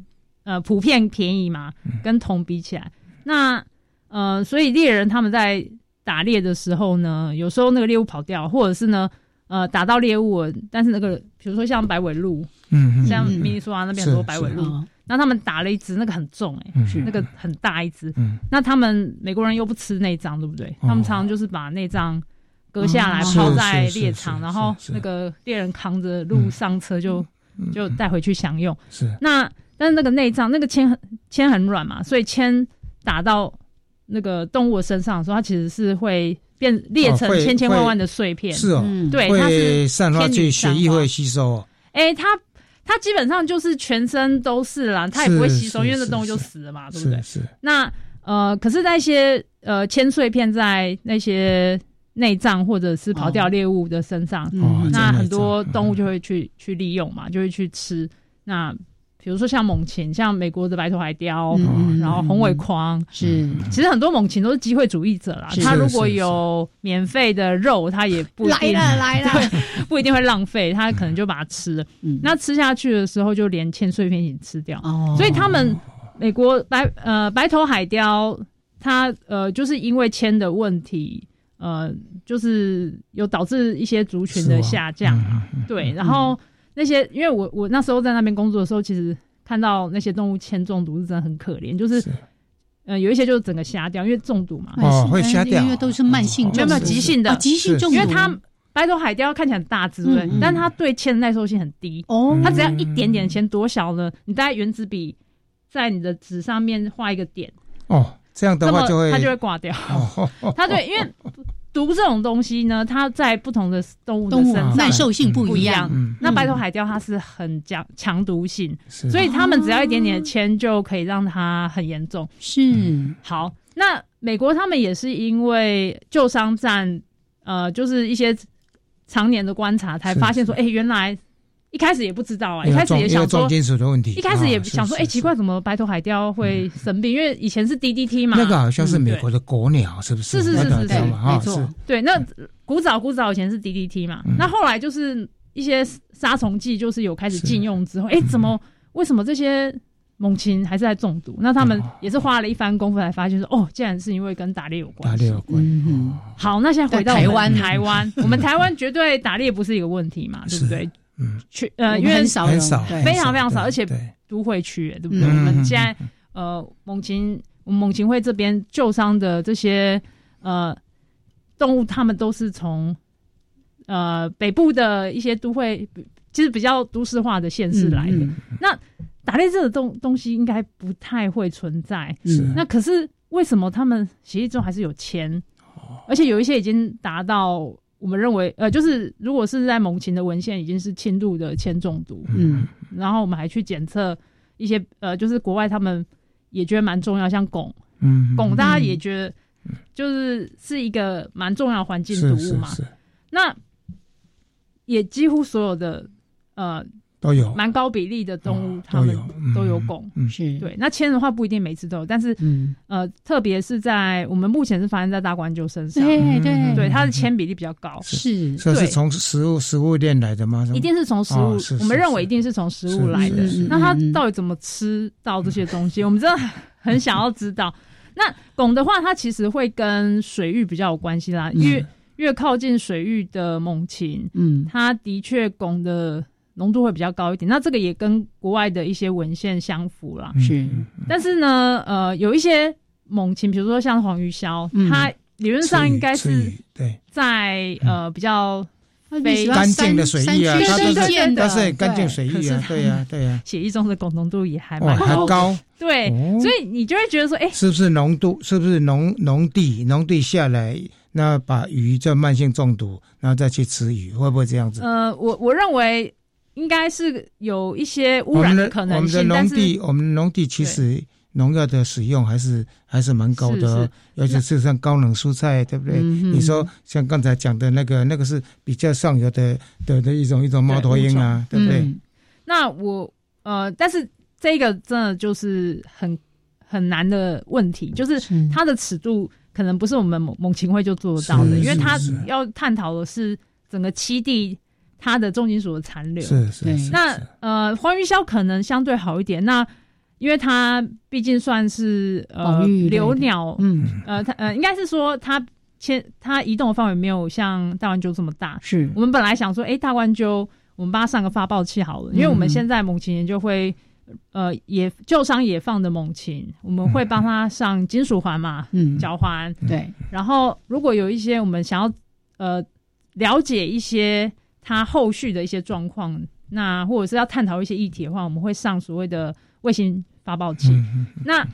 S6: 呃普遍便宜嘛，
S3: 嗯
S6: 跟铜比起来，那呃，所以猎人他们在打猎的时候呢，有时候那个猎物跑掉，或者是呢呃打到猎物了，但是那个比如说像白尾鹿，
S3: 嗯
S6: 像
S2: 嗯
S6: 明尼苏达那边很多白尾
S3: 是
S6: 鹿，
S2: 哦
S6: 那他们打了一只，那个很重哎、
S3: 嗯
S6: 那个很大一只，
S3: 嗯
S6: 那他们美国人又不吃内脏，对不对？
S3: 哦
S6: 他们常常就是把内脏割下来
S2: 哦
S6: 泡在
S3: 嗯是是
S6: 猎
S3: 是
S6: 场，
S3: 是
S6: 然后
S3: 是
S6: 那个猎人扛着鹿上车就、
S3: 嗯
S6: 就带回去享用。
S3: 是
S6: 那但是那个内脏，那个铅很铅很软嘛，所以铅打到那个动物的身上的时候，它其实是会变裂成
S3: 哦会
S6: 千千万万的碎片。
S3: 是哦，
S2: 嗯，
S6: 对，它是
S3: 会散发
S6: 天
S3: 去
S6: 女
S3: 血
S6: 散
S3: 液
S6: 花
S3: 会吸收哦，
S6: 哎、它它基本上就是全身都是啦，它也不会吸收，
S3: 是
S6: 因为那
S3: 是
S6: 动物就是死了嘛，对不对
S3: 是？是
S6: 那呃，可是那些呃铅碎片在那些内脏或者是跑掉猎物的身上，
S2: 嗯
S3: 哦，
S6: 那
S3: 真的
S6: 很多
S3: 真的
S6: 动物就会去、去利用嘛，就会去吃。那比如说像猛禽，像美国的白头海雕，
S2: 嗯
S6: 然后红尾框，
S2: 是
S6: 其实很多猛禽都是机会主义者啦
S2: 是。
S6: 他如果有免费的肉，他也不一定
S2: 来了来了
S6: <laughs> 对，不一定会浪费，他可能就把它吃了。那吃下去的时候，就连嵌碎片一起吃掉。
S2: 嗯哦
S6: 所以他们美国白呃白头海雕，它呃就是因为铅的问题，呃就是有导致一些族群的下降啊。
S3: 哦嗯
S6: 对，然后那些因为我我那时候在那边工作的时候，其实看到那些动物铅中毒是真的很可怜，就是呃有一些就整个瞎掉，因为中毒嘛。
S3: 哦会瞎掉
S2: 因为都是慢性
S6: 没有
S2: 中毒，
S6: 没有急性的
S2: 哦急性中毒，
S6: 因为它白头海雕看起来很大只，对不对
S2: 嗯嗯
S6: 但它对铅的耐受性很低。
S2: 哦
S3: 嗯
S6: 它只要一点点铅，多小呢？你大概原子笔在你的纸上面画一个点，
S3: 哦，这样的
S6: 这么
S3: 话就会
S6: 它就会挂掉。
S3: 哦哦
S6: 它对，
S3: <laughs>
S6: 因为毒这种东西呢，它在不同的动物的
S2: 动物
S3: 哦
S2: 啊
S6: 身上
S2: 耐受性不
S6: 不
S2: 一
S6: 一
S2: 样
S6: 样。
S3: 嗯
S6: 那白头海雕它是很强强毒性，
S3: 是
S6: 所以它们只要一点点的铅就可以让它很严重。
S2: 是
S6: 好，那美国他们也是因为旧伤战，呃，就是一些常年的观察，才
S3: 是
S6: 发现说，哎、原来一开始也不知道啊，
S3: 因
S6: 一
S3: 为
S6: 开始
S3: 重
S6: 也
S3: 因为
S6: 想说
S3: 重，金属的问题，
S6: 一开始也
S3: 啊
S6: 想说，哎、
S3: 是是
S6: 奇怪，怎么白头海雕会生病？因为以前是 DDT 嘛，
S3: 嗯那个好像是
S6: 嗯
S3: 美
S6: 对
S3: 国的国鸟，是不是？
S6: 是是
S3: 那
S6: 是
S3: 个
S6: 是
S3: 知道
S6: 是
S3: 吗啊，
S2: 没错
S3: 是
S6: 对，那
S3: 嗯
S6: 古早古早以前是 DDT 嘛，那后来就是一些杀虫剂，就是有开始禁用之后，
S3: 嗯
S6: 哎、怎么为什么这些猛禽还是在中毒？那他们
S3: 哦
S6: 也是花了一番功夫才发现说，哦，竟然是因为跟打猎有
S3: 打
S6: 关
S3: 猎
S6: 系
S3: 有。关。
S2: 嗯哼，
S6: 好，那现在回到
S2: 在台
S6: 我们
S2: 湾
S6: 台湾，我们台湾绝对打猎不是一个问题嘛，对不对？
S3: 嗯，
S6: 去
S2: 我
S6: 呃，
S2: 们
S6: 因为
S2: 很少
S3: 很
S2: 有
S3: 少，
S2: 对
S6: 非常非常少
S3: 对
S6: 而且
S3: 对
S6: 都会区，对不对？
S2: 嗯
S6: 我们现在呃，猛禽我们猛禽会这边救伤的这些呃动物，它们都是从呃北部的一些都会，其实比较都市化的县市来的。
S2: 嗯
S6: 打猎这个东东西应该不太会存在。
S2: 嗯
S3: 是
S6: 那可是为什么他们协议中还是有签？
S2: 哦
S6: 而且有一些已经达到我们认为，呃，就是如果是在猛禽的文献已经是轻度的铅中毒，
S2: 嗯
S6: 然后我们还去检测一些，呃，就是国外他们也觉得蛮重要，像汞，
S3: 嗯，
S6: 汞大家也觉得就是是一个蛮重要的环境
S3: 是
S6: 毒
S3: 是
S6: 物嘛，
S3: 是
S6: 那也几乎所有的呃
S3: 都有
S6: 蛮高比例的动物，
S3: 哦
S6: 它们
S3: 都有嗯
S6: 都有汞。
S3: 嗯
S2: 是，
S6: 对，那铅的话不一定每次都有，但是
S2: 嗯，
S6: 呃，特别是在我们目前是发生在大冠鹫身上，
S2: 对
S3: 嗯
S6: 对
S2: 对
S6: 它的铅比例比较高，
S2: 是
S3: 这是
S6: 对
S3: 从食物食物链来的吗？
S6: 一定是从食物，
S3: 哦是
S6: 我们
S3: 是
S6: 认为
S3: 是
S6: 一定是从食物来的。
S3: 是是
S6: 那它
S2: 嗯嗯
S6: 到底怎么吃到这些东西？我 <laughs> 们真的很想要知道。 <laughs> 那汞的话，它其实会跟水域比较有关系啦，越越靠近水域的猛禽，
S2: 嗯
S6: 它的确汞的浓度会比较高一点。那这个也跟国外的一些文献相符啦。
S2: 是
S3: 嗯
S6: 但是嗯呢，呃，有一些猛禽，比如说像黄鱼鸮，
S2: 嗯
S6: 它理论上应该
S3: 吃
S6: 是
S3: 鱼对
S6: 在呃比较
S2: 非
S6: 对
S3: 干净的水域啊，它
S6: 山
S3: 都
S6: 区
S3: 是
S6: 对对
S3: 它是很干净水
S6: 可
S3: 域
S6: 是
S3: 啊，
S6: 它
S3: 对呀对呀，
S6: 血液中的汞浓度也还
S3: 哇
S6: 蛮
S2: 哦
S3: 还
S6: 高的
S3: 高，
S6: 对，
S3: 哦
S6: 所以你就会觉得说，哎、
S3: 是不是浓度？是不是农农地农地下来，那把鱼这慢性中毒，然后再去吃鱼，会不会这样子？
S6: 呃，我我认为应该是有一些
S3: 我
S6: 污
S3: 们
S6: 染
S3: 的
S6: 可
S3: 我
S6: 能
S3: 们的
S6: 性，
S3: 农
S6: 但是
S3: 地，我们农地其实农药的使用还是还是蛮高
S6: 啊
S3: 的哦，尤其是像高冷蔬菜，对不对？
S2: 嗯
S3: 你说像刚才讲的那个，那个是比较上游的的的一种一种猫头鹰啊，对
S6: 对
S3: 不对？
S2: 嗯
S6: 那我呃，但是这个真的就是很很难的问题，就是
S2: 是
S6: 它的尺度可能不是我们猛猛禽会就做得到的，
S3: 是
S6: 因为
S3: 是
S6: 它
S3: 是
S6: 要探讨的是整个栖地它的重金属的残留。
S3: 是
S2: 对
S3: 是是。
S6: 那呃，花玉鸮可能相对好一点，那因为它毕竟算是呃
S2: 保育类的
S6: 留鸟，
S2: 嗯
S6: 呃，它呃应该是说它迁它移动的范围没有像大冠鹫这么大。
S2: 是
S6: 我们本来想说，哎、大冠鹫，我们帮它上个发报器好了，因为我们现在猛禽研究会。呃，野旧伤野放的猛禽，我们会帮它上金属环嘛，
S2: 嗯
S6: 脚环，
S2: 对
S6: 然后如果有一些我们想要呃了解一些它后续的一些状况，那或者是要探讨一些议题的话，我们会上所谓的卫星发报器。
S3: 嗯
S6: <laughs> 那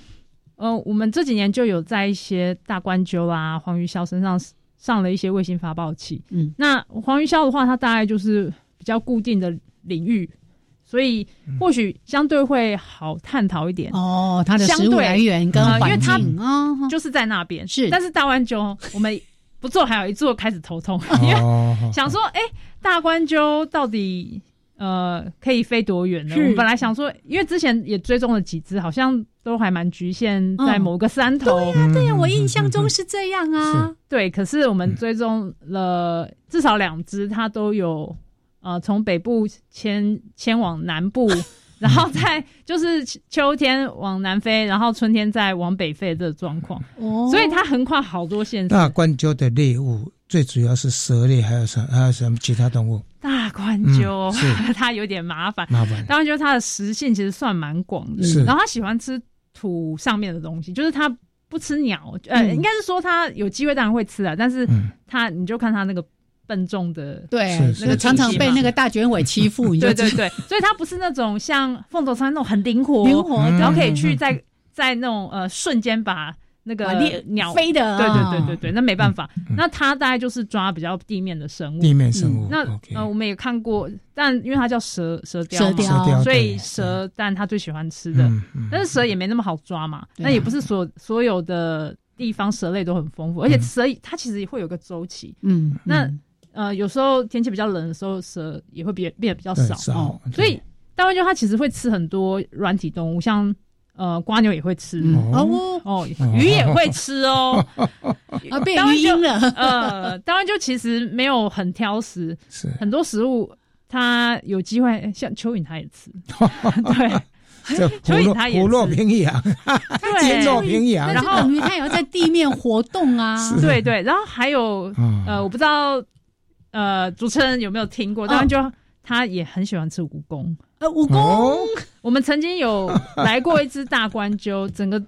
S6: 呃，我们这几年就有在一些大冠鹫啊、黄鱼鸮身上上了一些卫星发报器。
S2: 嗯，
S6: 那黄鱼鸮的话，它大概就是比较固定的领域，所以或许相对会好探讨一点。
S2: 哦，它的
S6: 嗯相
S2: 食物
S6: 对
S2: 来源跟
S6: 呃因为
S2: 环
S6: 它
S2: 境啊，哦
S6: 就是在那边。
S2: 是
S6: 但是大湾鸠我们不
S2: 哦
S6: 哎做，还有一做开始头痛，因为
S3: 哦，
S6: 想说，哎、大关鸠到底呃可以飞多远呢？
S2: 是
S6: 我们本来想说，因为之前也追踪了几只，好像都还蛮局限在
S2: 嗯
S6: 某个山头。
S2: 对呀、对呀、我印象中是这样啊。
S6: 对，可是我们追踪了至少两只，它都有呃从北部迁迁往南部，然后再就是秋天往南飞，然后春天再往北飞的状况，
S2: 哦
S6: 所以它横跨好多县市。
S3: 大冠鸠的猎物最主要是蛇类，还有什还有什么其他动物？
S6: 大冠鸠、
S3: 嗯是
S6: 它有点麻烦，
S3: 麻
S6: <laughs>
S3: 烦
S6: 大冠鸠它的食性其实算蛮广的，
S3: 是
S6: 然后它喜欢吃土上面的东西，就是它不吃鸟，呃，
S2: 嗯
S6: 应该是说它有机会当然会吃啊，但是
S3: 嗯
S6: 它、你就看它那个笨重的，
S2: 对
S3: 是，是
S2: 那个常常被那个大卷尾欺负，你就
S6: 对对
S2: 知
S6: 对，所以它不是那种像凤头山那种很灵活，
S2: 灵活
S6: 然后可以
S3: 嗯
S6: 去
S3: 嗯
S6: 在在那种呃瞬间把那个
S2: 把猎
S6: 鸟
S2: 飞的
S6: 对
S2: 啊
S6: 对对对对，那没办法，那它大概就是抓比较地面的生
S3: 嗯
S6: 物。
S3: 地面生物。
S6: 那
S3: OK
S6: 呃，我们也看过，但因为它叫蛇蛇雕嘛，
S2: 蛇
S3: 蛇
S2: 雕
S3: 雕
S6: 所以
S3: 对
S6: 蛇蛋它最喜欢吃的，
S3: 嗯嗯
S6: 但是蛇也没那么好抓嘛。
S2: 对啊
S6: 那也不是所所有的地方蛇类都很丰富，
S3: 嗯
S6: 而且蛇它其实会有个周期。
S2: 嗯，
S6: 那
S2: 嗯
S6: 呃，有时候天气比较冷的时候，蛇也会变变得比较
S3: 对
S6: 少，哦
S3: 少，对
S6: 所以大湾就它其实会吃很多软体动物，像呃瓜牛也会吃。
S2: 嗯
S3: 哦
S2: 哦
S6: 哦，鱼也会吃哦，
S2: 啊被
S6: 当然
S2: 鱼
S6: 就
S2: 鹰了，
S6: 呃，当然就其实没有很挑食，
S3: 是
S6: 很多食物它有机会，像蚯蚓它也吃，对 <laughs>
S3: 这
S6: 蚯
S3: 虎
S6: 蚓
S3: 落
S6: 它也
S3: 虎落
S6: 是
S3: 平阳，天落
S6: 对
S3: 平阳，
S2: 但是等于它也要在地面活动啊。
S6: 对对，然后还有
S3: 嗯
S6: 呃，我不知道呃主持人有没有听过，
S2: 嗯
S6: 当然就他也很喜欢吃蜈蚣。
S2: 呃，蜈蚣
S3: 哦，
S6: 我们曾经有来过一只大冠鸠，整个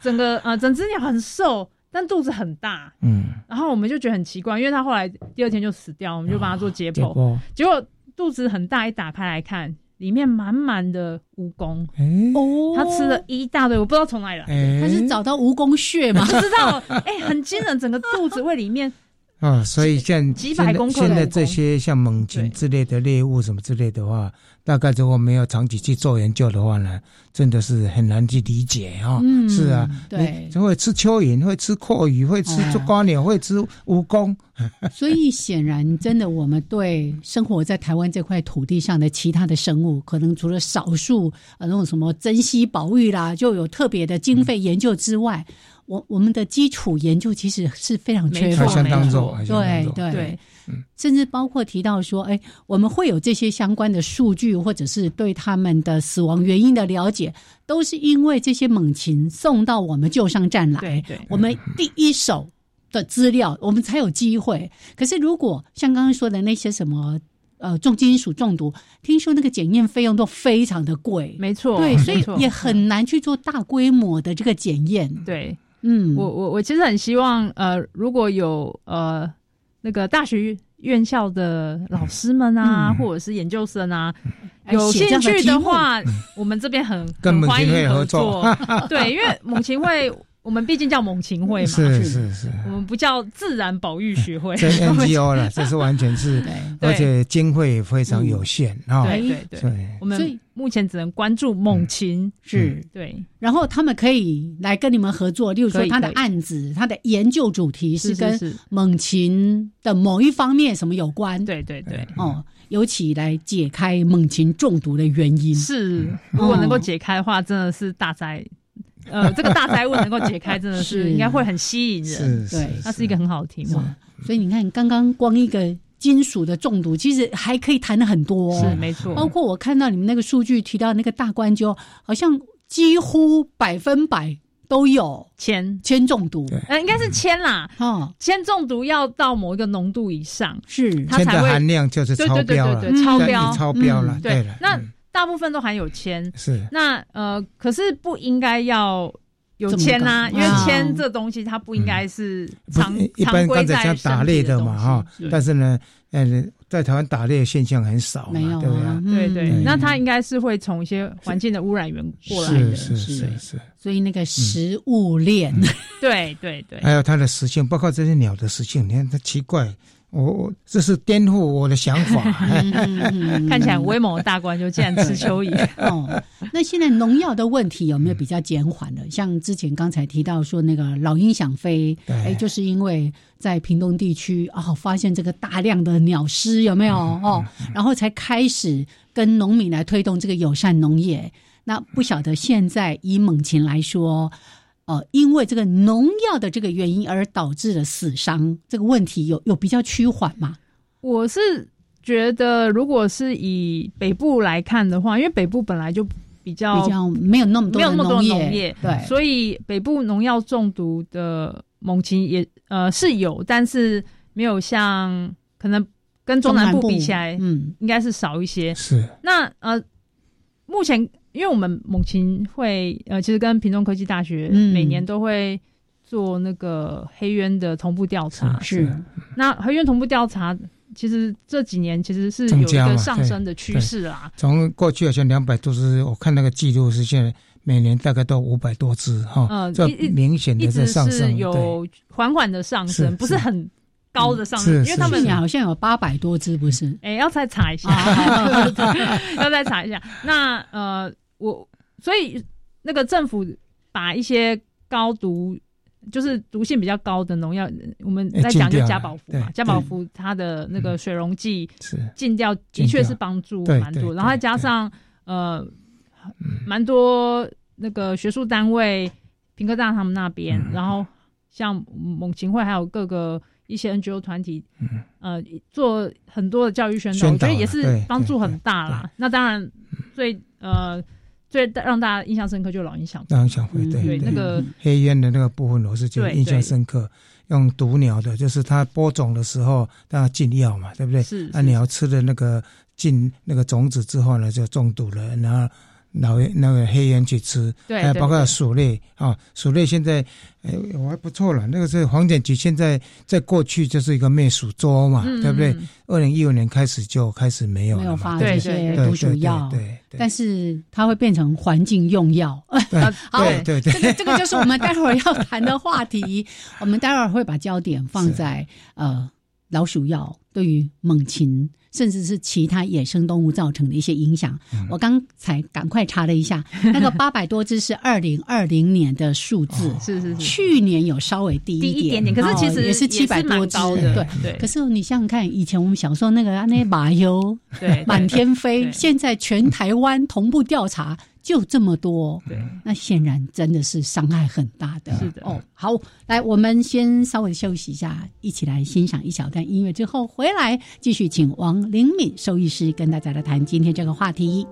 S6: 整个呃整只鸟很瘦，但肚子很大，
S3: 嗯，
S6: 然后我们就觉得很奇怪，因为它后来第二天就死掉，我们就帮它做解
S3: 结
S6: 剖，
S3: 果
S6: 结果肚子很大，一打开来看，里面满满的蜈蚣，
S3: 哎
S2: 哦，
S6: 它吃了一大堆，我不知道从哪里
S3: <laughs>
S6: 来的。
S3: 哎，
S2: 它是找到蜈蚣穴嘛？
S6: 不知道，哎、很惊人，整个肚子胃里面，
S3: 啊，所以像
S6: 几
S3: 现
S6: 百
S3: 在
S6: 公克的
S3: 现在
S6: 蜈蚣
S3: 这些像猛禽
S6: 对
S3: 之类的猎物什么之类的话，大概如果没有长期去做研究的话呢，真的是很难去理解啊、
S2: 嗯
S3: 是啊，
S2: 对
S3: 你会吃蚯蚓，会吃阔鱼，会吃
S2: 哦
S3: 瓜鸟，会吃蜈蚣，
S2: 所以显然，真的我们对生活在台湾这块土地上的其他的生物，可能除了少数呃那种什么珍稀保育啦，就有特别的经费研究之外，我我们的基础研究其实是非常缺
S6: 没
S2: 乏
S6: 错
S3: 还
S2: 的。
S3: 相当弱，
S6: 没错
S3: 还相当
S2: 对
S3: 弱。
S2: <laughs> 对
S6: 对，
S2: 甚至包括提到说，哎，我们会有这些相关的数据，或者是对他们的死亡原因的了解，都是因为这些猛禽送到我们救伤站来，
S6: 对对
S2: 我们第一手的资料，我们才有机会。可是如果像刚刚说的那些什么呃重金属中毒，听说那个检验费用都非常的贵，
S6: 没错，
S2: 对，所
S6: 没
S2: 以
S6: 错
S2: 也很难去做大规模的这个检验。
S6: 对
S2: 嗯，
S6: 我我我其实很希望，呃，如果有呃那个大学院校的老师们啊，
S2: 嗯
S6: 或者是研究生啊，
S2: 哎
S6: 有
S2: 写这
S6: 兴
S2: 样的
S6: 趣
S2: 题
S6: 的
S2: 目 <laughs>
S6: 话，我们这边很
S3: 跟
S6: 很
S3: 猛
S6: 欢
S3: 禽会
S6: 迎合
S3: 合
S6: 作 <laughs>
S3: 作，
S6: 对，因为猛禽会，我们毕竟叫猛禽会嘛，
S3: 是是是，
S6: 我们不叫自然保育
S2: <laughs>
S6: 学 <laughs> 会，
S3: 这 NGO 了，这是完全是，
S6: <laughs> 对
S3: 而且经费也非常有限啊。
S6: 对对对，
S3: 对，
S6: 我
S2: 所以
S6: 们目前只能关注猛禽，
S2: 嗯是。
S6: 对。
S2: 然后他们可以来跟你们合作，例如
S6: 可
S2: 说
S6: 以
S2: 他的
S6: 可以
S2: 案子、他的研究主题
S6: 是
S2: 是
S6: 是
S2: 跟
S6: 是
S2: 猛禽的某一方面什么有关，
S6: 对对对，
S2: 哦，尤其来解开猛禽中毒的原因。
S6: 是，如果能够
S2: 哦
S6: 解开的话，真的是大灾，
S2: <laughs>
S6: 呃，这个大灾问能够解开，真的是
S2: 是
S6: 应该会很吸引人。
S3: 是
S2: 对
S3: 是，
S6: 它是一个很好的题目，
S2: 哇，所以你看，刚刚光一个金属的中毒，其实还可以谈的很多、
S6: 是
S2: 哦，
S6: 没错。
S2: 包括我看到你们那个数据提到那个大冠鸠，好像几乎百分百都有
S6: 铅，
S2: 铅中毒，
S3: 对
S6: 呃，应该是铅啦，
S2: 哦，
S6: 铅中毒要到某一个浓度以上，
S2: 是
S6: 它
S3: 铅
S6: 才
S3: 的
S6: 会
S3: 含量就是
S6: 对
S3: 超
S6: 对对
S3: 标了，
S6: 对对，超
S3: 对
S6: 标
S3: 你，超标了，
S2: 嗯
S6: 对
S3: 了。
S6: 那
S3: 嗯
S6: 大部分都含有铅，
S3: 是
S6: 那呃，可是不应该要。有
S2: 这么
S6: 铅呐、
S2: 高
S6: 因为
S2: 哦
S6: 铅这东西它不应该是
S3: 啊不
S6: 常、
S3: 是一
S6: 常
S3: 般
S6: 规
S3: 刚
S6: 在
S3: 才像打
S6: 身体
S3: 猎的嘛
S6: 东西
S3: 哈
S6: 对，
S3: 但是呢，呃，在台湾打猎的现象很少嘛，
S2: 没有
S3: 对不对
S2: 啊
S3: 啊？，
S6: 对
S2: 嗯
S6: 对，
S3: 嗯
S6: 那它应该是会从一些环境的污染源过来
S3: 是
S6: 的。
S3: 是
S2: 是
S3: 是是，
S2: 所以那个食物链，
S6: 对对对，
S3: 哎还有它的食性，包括这些鸟的食性，你看它奇怪，我我这是颠覆我的想法。啊
S6: <laughs> 嗯
S2: 嗯
S6: 看起来威猛的大官就竟然吃
S3: <laughs>
S6: 蚯蚓
S2: 哦。那现在农药的问题有没有比较减缓了？像之前刚才提到说那个老鹰想飞，
S3: 对
S2: 哎，就是因为在屏东地区哦，发现这个大量的鸟尸有没有哦，然后才开始跟农民来推动这个友善农业。那不晓得现在以猛禽来说。呃，因为这个农药的这个原因而导致的死伤这个问题有有比较趋缓吗？
S6: 我是觉得，如果是以北部来看的话，因为北部本来就比较
S2: 比较没有那么多
S6: 哦没有
S2: 的
S6: 那么多
S2: 农业，
S6: 的农业，
S2: 对，
S6: 所以北部农药中毒的猛禽也呃是有，但是没有像可能跟中南部比起来，
S2: 嗯，
S6: 应该是少一些。
S3: 是
S6: 那呃，目前因为我们猛禽会呃，其实跟屏东科技大学
S2: 嗯
S6: 每年都会做那个黑鸢的同步调查，
S2: 是
S6: 那黑鸢同步调查，其实这几年其实是有
S3: 增
S6: 一
S3: 加嘛
S6: 个上升的趋势啦。
S3: 从过去好像两百多只，我看那个记录是现在每年大概都五百多只哈，
S6: 嗯
S3: 这
S6: 一一
S3: 明显
S6: 一
S3: 的在
S6: 直
S3: 上
S6: 是
S3: 升。对，
S6: 有缓缓的上升，
S3: 是
S6: 不是
S3: 是嗯
S6: 很高的上
S3: 是
S6: 升，因为
S3: 是
S6: 他们
S2: 去
S3: 是
S2: 年好像有八百多只，不是？
S6: 哎、要再查一下， <laughs> 要再查一下。那呃，我所以那个政府把一些高毒，就是毒性比较高的农药，我们
S3: 哎
S6: 在讲
S3: 禁
S6: 就
S3: 掉
S6: 加
S3: 了
S6: 宝福嘛，
S3: 对嗯
S6: 加宝福它的那个水溶剂
S3: 是
S6: 禁掉，的
S3: 禁
S6: 确
S3: 掉
S6: 是帮助
S3: 对
S6: 蛮
S3: 对
S6: 多，
S3: 对
S6: 然后再加
S3: 对嗯
S6: 上呃，蛮多那个学术单位，平科大他们那边，
S3: 嗯
S6: 然后像猛禽会还有各个一些 NGO 团体，呃，做很多的教育宣导，
S3: 嗯宣
S6: 我觉得
S3: 导
S6: 也
S3: 啦
S6: 是
S3: 对
S6: 帮
S3: 对
S6: 助很
S3: 对
S6: 大啦。那当然最呃最让大家印象深刻就是老鹰响，
S3: 让小
S2: 嗯
S3: 辉
S6: 嗯对
S3: 对
S6: 那个
S3: 黑鸢的那个部分，我是觉得
S6: 对
S3: 印象
S6: 对
S3: 深刻。用毒鸟的，就是它播种的时候，它禁药嘛，对不对？
S6: 是
S3: 那、
S6: 是
S3: 鸟吃了那个进那个种子之后呢，就中毒了，然后老那个黑烟去吃，
S6: 对
S3: 还有
S6: 对
S3: 哎包括
S6: 对
S3: 鼠类啊，鼠类现在哎我还不错了，那个是黄检局现在在过去就是一个灭鼠周嘛，
S6: 嗯
S3: 对不对
S6: 嗯？
S3: 二零一五年开始就开始没有
S2: 没
S3: 了
S2: 有
S3: 嘛，
S2: 发
S3: 对
S2: 这些
S6: 对对
S3: 对
S2: 毒鼠
S3: 对
S2: 药，
S3: 对对
S2: 但是它会变成环境用药。 <laughs> 好
S3: 对对对
S2: 这个这个就是我们待会儿要谈的话题。 <laughs> 我们待会儿会把焦点放在呃老鼠药对于猛禽甚至是其他野生动物造成的一些影响。
S3: 嗯
S2: 我刚才赶快查了一
S3: <laughs>
S2: 下，那个八百多只是二零二零年的数字。
S3: 哦
S6: 是是是。
S2: 去年有稍微低
S6: 低一
S2: 点
S6: 点点，可是其
S2: 哦
S6: 实
S2: 也是七百
S6: 蛮
S2: 多只
S6: 高的，
S2: 对，
S6: 对
S2: 可是你想想看，以前我们小时候那个啊那些马油
S6: <laughs> 对
S2: 满天飞，
S6: 对
S2: 现在全台湾同步调查就这么多，
S6: 对，
S2: 那显然真的是伤害很大的。
S6: 是的
S2: 哦，好，来，我们先稍微休息一下，一起来欣赏一小段音乐之后，回来继续请王灵敏兽医师跟大家来谈今天这个话题。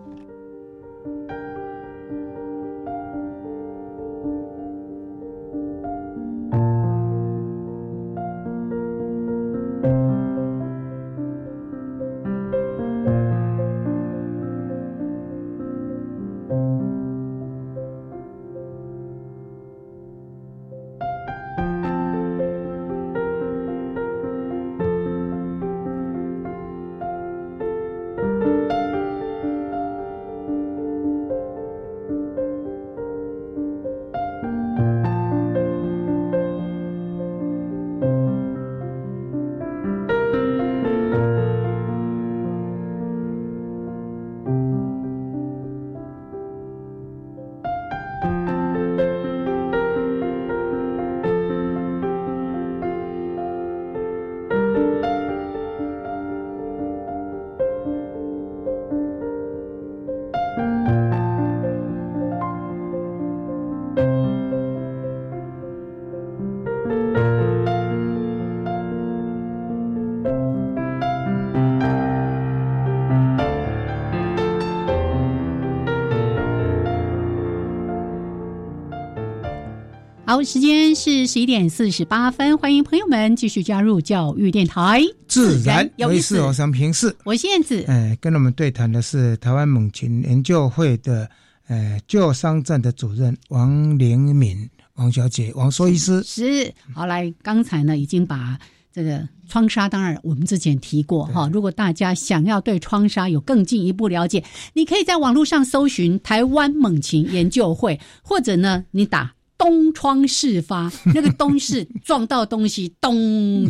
S2: 好，时间是十一点四十八分，欢迎朋友们继续加入教育电台，
S3: 自然
S2: 有
S3: 为
S2: 意
S3: 是
S2: 思。
S3: 我想平视。
S2: 我是燕子，
S3: 呃，跟我们对谈的是台湾猛禽研究会的呃救伤站的主任王玲敏王小姐，王兽医师。
S2: 是，好来，刚才呢已经把这个窗纱，当然我们之前提过哈。如果大家想要对窗纱有更进一步了解，你可以在网络上搜寻台湾猛禽研究会，或者呢你打。东窗事发，那个东是撞到东西咚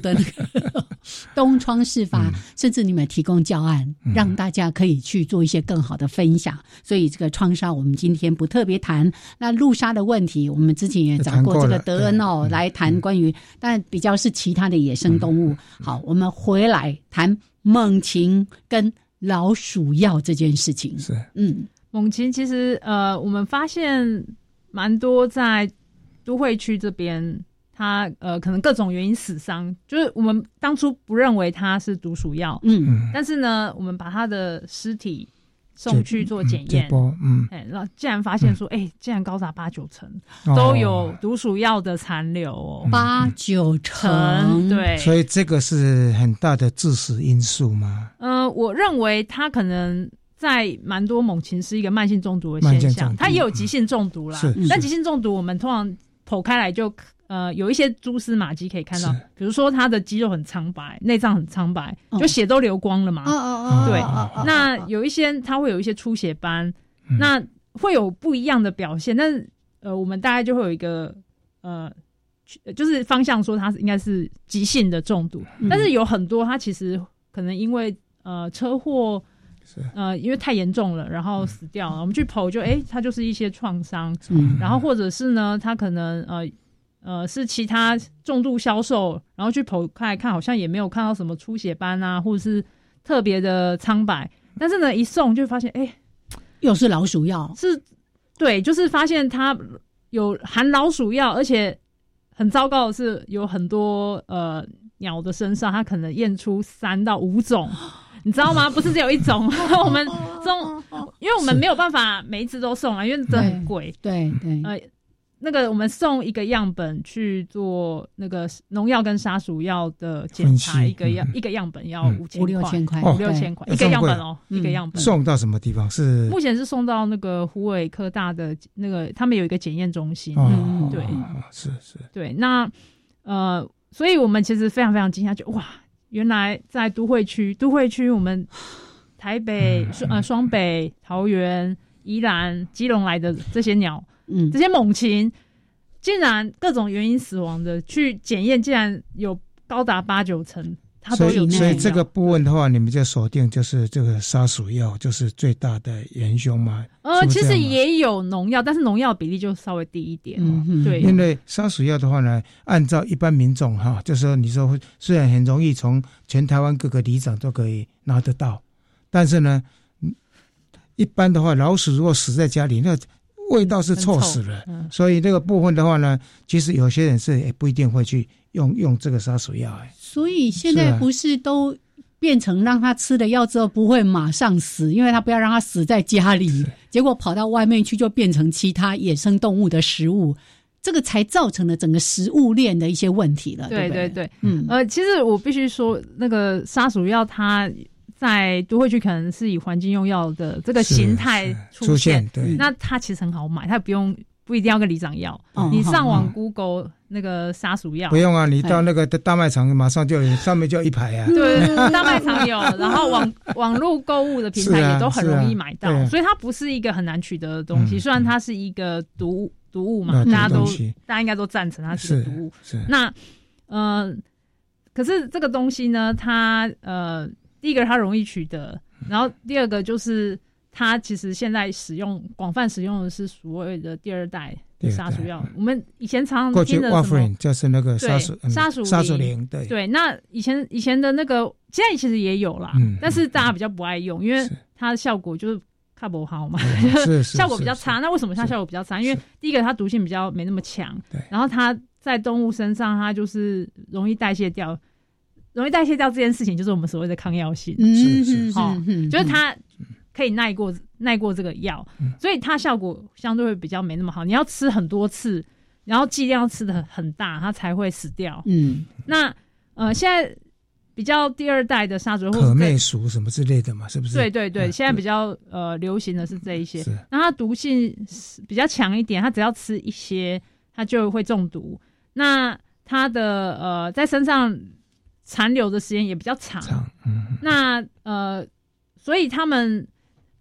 S2: 的那个，东窗事发，甚至你们提供教案，让大家可以去做一些更好的分享。所以这个创伤我们今天不特别谈。那路杀的问题，我们之前也找过这个德恩哦来谈关于，但比较是其他的野生动物。好，我们回来谈猛禽跟老鼠药这件事情。
S3: 是，
S2: 嗯，
S6: 猛禽其实呃，我们发现蛮多在都会区这边，它呃可能各种原因死伤，就是我们当初不认为它是毒鼠药，
S2: 嗯
S6: 但是呢，我们把它的尸体送去做检
S3: 这
S6: 验。
S3: 波嗯，
S6: 哎，然后竟然发现说，哎、竟然高达八九成
S3: 哦嗯
S6: 都有毒鼠药的残留哦，
S2: 八九成，
S6: 嗯对，
S3: 所以这个是很大的致死因素嘛，
S6: 嗯、我认为它可能在蛮多猛禽是一个慢性中毒的
S3: 慢
S6: 现
S3: 性中
S6: 象，
S3: 毒嗯
S6: 它也有急性中毒啦。
S3: 是
S6: 但
S3: 是
S6: 急性中毒我们通常剖开来就呃有一些蛛丝马迹可以看到
S3: 是，
S6: 比如说它的肌肉很苍白，内脏很苍白，
S2: 哦
S6: 就血都流光
S7: 嗯
S6: 了嘛。
S2: 哦哦哦，
S6: 对
S2: 哦哦
S6: 那
S2: 哦
S6: 有一些它会有一些出血斑，那会有不一样的表现，但是呃，我们大概就会有一个呃，去就是方向说它是应该是急性的中毒，
S2: 嗯
S6: 但是有很多它其实可能因为呃车祸
S3: 是。
S6: 呃，因为太严重了，然后死掉了。我们去剖就，哎、它就是一些创伤，
S2: 嗯
S6: 然后或者是呢，它可能呃呃是其他重度销售，然后去剖开看，好像也没有看到什么出血斑啊，或者是特别的苍白。但是呢，一送就发现，哎、
S2: 又是老鼠药，
S6: 是，对，就是发现它有含老鼠药，而且很糟糕的是，有很多呃鸟的身上，它可能验出三到五种，你知道吗？不是只有一种， <laughs> 我们中，因为我们没有办法每一只都送啊，因为这很贵。
S2: 对对，
S3: 嗯
S6: 呃，那个我们送一个样本去做那个农药跟杀鼠药的检查，
S3: 分析
S6: 一个样
S3: 嗯
S6: 一个样本要
S3: 嗯
S6: 五千
S2: 五六千哎嗯块，
S3: 哦
S6: 五六
S2: 对
S6: 千块
S3: 哦
S6: 一个样本
S3: 这
S6: 哦，
S2: 贵
S6: 一个样本。
S3: 送到什么地方是？
S6: 目前是送到那个湖北科大的那个，他们有一个检验中心。嗯
S3: 哦，
S6: 对
S3: 哦，是是，
S6: 对，那呃，所以我们其实非常非常惊讶，就哇，原来在都会区，都会区我们台北、
S3: 嗯
S6: 双呃双北、桃园、宜兰、基隆来的这些鸟，
S2: 嗯
S6: 这，些猛禽，竟然各种原因死亡的，去检验竟然有高达八九成，它
S3: 所
S6: 都有
S3: 以
S6: 中
S3: 所以
S6: 药
S3: 这个部分的话，你们就锁定就是这个杀鼠药就是最大的元凶嘛。
S6: 呃，
S3: 是不
S6: 其
S3: 是这
S6: 实
S3: 样啊吗
S6: 也有农药，但是农药比例就稍微低一点。
S2: 嗯嗯
S6: 对
S3: 因为杀鼠药的话呢，按照一般民众哈，就是说你说会虽然很容易从全台湾各个里长都可以拿得到，但是呢，嗯一般的话，老鼠如果死在家里，那味道是臭死了。
S6: 嗯，
S3: 所以这个部分的话呢，其实有些人是哎也不一定会去用用这个杀鼠药、哎
S2: 所以现在
S3: 是啊
S2: 不是都变成让它吃了药之后不会马上死，因为它不要让它死在家里，结果跑到外面去就变成其他野生动物的食物，这个才造成了整个食物链的一些问题了，
S6: 对
S2: 不
S6: 对，对。
S2: 嗯，
S6: 呃，其实我必须说，那个杀鼠药它在都会区可能是以环境用药的这个
S3: 是
S6: 形态
S3: 是
S6: 出现，
S3: 对，
S6: 那它其实很好买，它不用不一定要跟里长要，
S2: 哦
S6: 你上网
S3: 嗯
S6: Google 那个杀鼠药
S3: 不。用啊，你到那个大卖场马上就有上面就有一排 <laughs> 啊。
S6: 对，大卖场有，然后
S3: <laughs>
S6: 网网络购物的平台
S3: 是啊
S6: 也都很容
S3: 是
S6: 易
S3: 啊
S6: 买到，
S3: 对啊
S6: 所以它不是一个很难取得的东西。
S3: 嗯
S6: 虽然它是一个毒物毒物嘛，
S3: 那这个
S6: 大家都
S3: 东西
S6: 大家应该都赞成它是个
S3: 是
S6: 毒物，
S3: 是，
S6: 那呃，可是这个东西呢，它呃，第一个它容易取得，
S3: 嗯
S6: 然后第二个就是它其实现在使用广泛使用的是所谓的第二代的杀鼠药
S3: 第二代。
S6: 我们以前常
S3: 过
S6: 常
S3: 去
S6: 听的什么
S3: warfarin 就是那个
S6: 对
S3: 杀鼠嗯
S6: 杀鼠
S3: 杀鼠
S6: 灵
S3: 灵，对
S6: 对，那以前以前的那个，现在其实也有啦，
S3: 嗯
S6: 但是大家比较不爱用，因为
S3: 是嗯
S6: 它的效果就是看不好嘛， <laughs>
S3: 是是
S6: 效果比较
S3: 是
S6: 差。那为什么它效果比较差？因为
S3: 是
S6: 第一个它毒性比较没那么强
S3: 对，
S6: 然后它在动物身上它就是容易代谢掉，容易代谢掉这件事情就是我们所谓的抗药性，
S3: 是
S2: 嗯
S3: 是
S2: 嗯，
S6: 好
S2: 嗯
S6: 就是，它可以耐过耐过这个药，
S3: 嗯
S6: 所以它效果相对会比较没那么好。你要吃很多次，然后剂量要吃的很很大，它才会死掉。
S2: 嗯
S6: 那呃，现在比较第二代的杀猪，或
S3: 可
S6: 者
S3: 媚
S6: 是
S3: 鼠什么之类的嘛，是不是？
S6: 对对对，
S3: 嗯
S6: 现在比较呃流行的是这一些啊
S3: 是。
S6: 那它毒性是比较强一点，它只要吃一些，它就会中毒。那它的呃在身上残留的时间也比较长。
S3: 长，嗯，
S6: 那呃，所以他们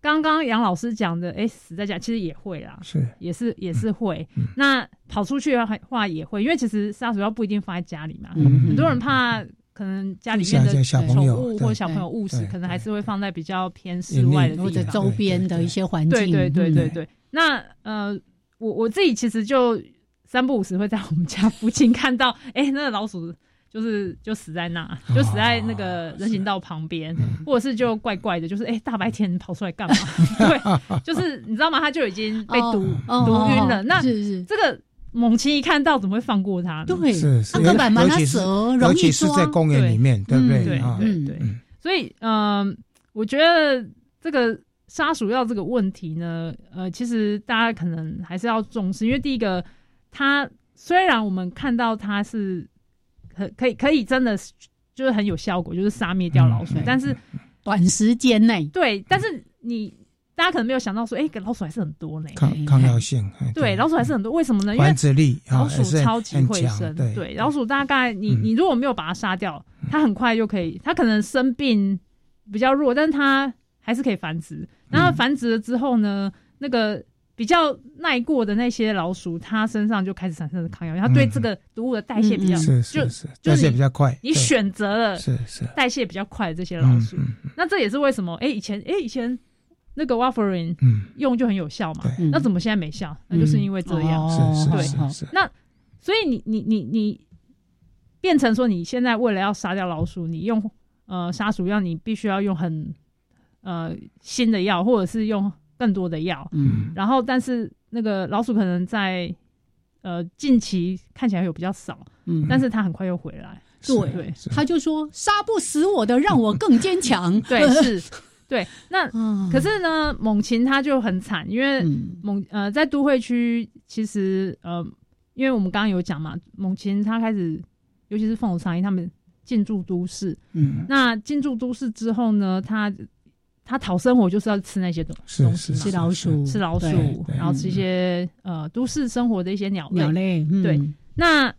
S6: 刚刚杨老师讲的，哎、死在家其实也会啦。
S3: 是
S6: 也是也是会，
S3: 嗯
S6: 那跑出去的话也会，因为其实杀鼠药不一定放在家里嘛，
S2: 嗯，
S6: 很多人怕可能家里面的
S3: 小
S6: 宠
S3: 朋友
S6: 物
S3: 对
S6: 或小朋友物
S3: 对
S6: 食，
S3: 对
S6: 可能还是会放在比较偏室外
S3: 嗯
S6: 的地方
S2: 或者周边的一些环境，
S6: 对对对
S2: 嗯
S6: 对对。那呃，我我自己其实就三不五时会在我们家附近看到，哎、那个老鼠就是就死在那，
S3: 哦
S6: 就死在那个人行道旁边，
S3: 嗯
S6: 或者是就怪怪的，就是哎、大白天跑出来干
S3: <laughs>
S6: 嘛？对，就是你知道吗？它就已经被毒、
S2: 哦
S6: 毒晕了。
S2: 哦
S6: 那
S2: 是是
S6: 这个猛禽一看到，怎么会放过它呢？
S2: 对，
S3: 嗯是是
S2: 啊根本嘛，
S3: 尤
S2: 那
S3: 其是
S2: 蛇容
S3: 尤
S2: 易
S3: 其是
S2: 抓，
S3: 在公园里面，对不
S2: 对
S3: 对？啊，
S6: 嗯对对对，所以嗯、呃我觉得这个杀鼠药这个问题呢，呃，其实大家可能还是要重视，因为第一个，它虽然我们看到它是可可以可以真的是就是很有效果，就是杀灭掉老鼠，
S2: 嗯对
S6: 但是
S2: 短时间内，
S6: 对，但是你大家可能没有想到说，哎、老鼠还是很多呢。
S2: 嗯
S3: 抗抗药性，哎
S6: 对，老鼠还是很多，为什么呢？因为
S3: 繁殖力啊
S6: 老鼠
S3: 也是
S6: 超级
S3: 很
S6: 会
S3: 强
S6: 生，
S3: 对
S6: 对，老鼠大概你
S3: 嗯
S6: 你如果没有把它杀掉，它很快就可以，它可能生病比较弱，但是它还是可以繁殖。然
S3: 嗯
S6: 后繁殖了之后呢，那个比较耐过的那些老鼠，它身上就开始产生了抗药，它对这个毒物的代谢比较
S3: 嗯是
S6: 就是
S3: 是，
S6: 就
S3: 代谢
S6: 是
S3: 比较快，
S6: 你
S3: 对
S6: 选择了
S3: 是是
S6: 代谢比较快的这些老
S3: 嗯
S6: 鼠，
S3: 嗯
S6: 那这也是为什么哎以前哎以前那个 warfarin
S3: 嗯
S6: 用就很有效嘛，
S3: 对嗯
S6: 那怎么现在没效？那就是因为这样。
S2: 嗯哦
S3: 是
S6: 嗯对
S3: 是是是，
S6: 那所以你你你你变成说，你现在为了要杀掉老鼠，你用呃杀鼠药，你必须要用很呃新的药，或者是用更多的药。
S2: 嗯，
S6: 然后，但是那个老鼠可能在呃近期看起来有比较少，
S2: 嗯
S6: 但是它很快又回来。
S2: 对
S6: 对
S3: 是
S2: 他就说杀不死我的，让我更坚 <laughs> 强。
S6: 对，是，对。那
S2: 嗯，
S6: 可是呢，猛禽它就很惨，因为
S2: 嗯
S6: 猛呃，在都会区其实呃，因为我们刚刚有讲嘛，猛禽它开始，尤其是凤凰苍蝇，它们进驻都市。
S2: 嗯，
S6: 那进驻都市之后呢，它它讨生活就是要吃那些东
S3: 是
S6: 东
S3: 是
S6: 西嘛，
S2: 吃老鼠，
S6: 吃老
S2: 对
S6: 鼠，
S3: 对嗯
S6: 然后吃一些呃都市生活的一些鸟类。
S2: 鸟类，嗯
S6: 对那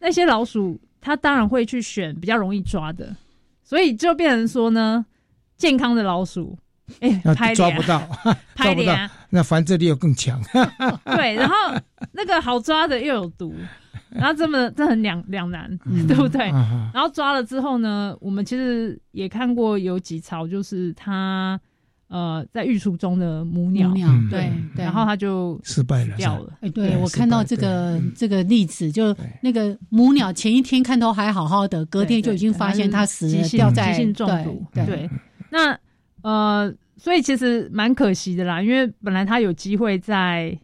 S6: 那些老鼠，它当然会去选比较容易抓的，所以就变成说呢，健康的老鼠，哎、
S3: 要
S6: 拍
S3: 抓
S6: 脸
S3: 不到，
S6: 拍
S3: 抓不
S6: 脸啊
S3: 到，，那繁殖力又更强，
S2: <laughs>
S6: 对，然后那个好抓的又有毒，然后这么这很两两难，
S2: 嗯
S6: <laughs> 对不对？
S3: 啊哈
S6: 然后抓了之后呢，我们其实也看过有几巢，就是它呃在育雏中的母鸟，
S2: 鸟鸟
S3: 嗯，
S2: 对对，
S6: 然后它就
S3: 失败了，
S6: 掉
S3: 是吧
S6: 了。
S2: 哎，对
S3: 对
S2: 我
S3: 失败
S2: 看到这
S3: 对
S2: 个
S3: 嗯
S2: 这个例子，就
S3: 对
S2: 那个母鸟前一天看都还好好的，隔天就已经发现它死
S6: 急
S2: 了，
S6: 性
S2: 掉在
S6: 急性中毒。
S2: 对，对
S6: 对，那呃，所以其实蛮可惜的啦，因为本来它有机会在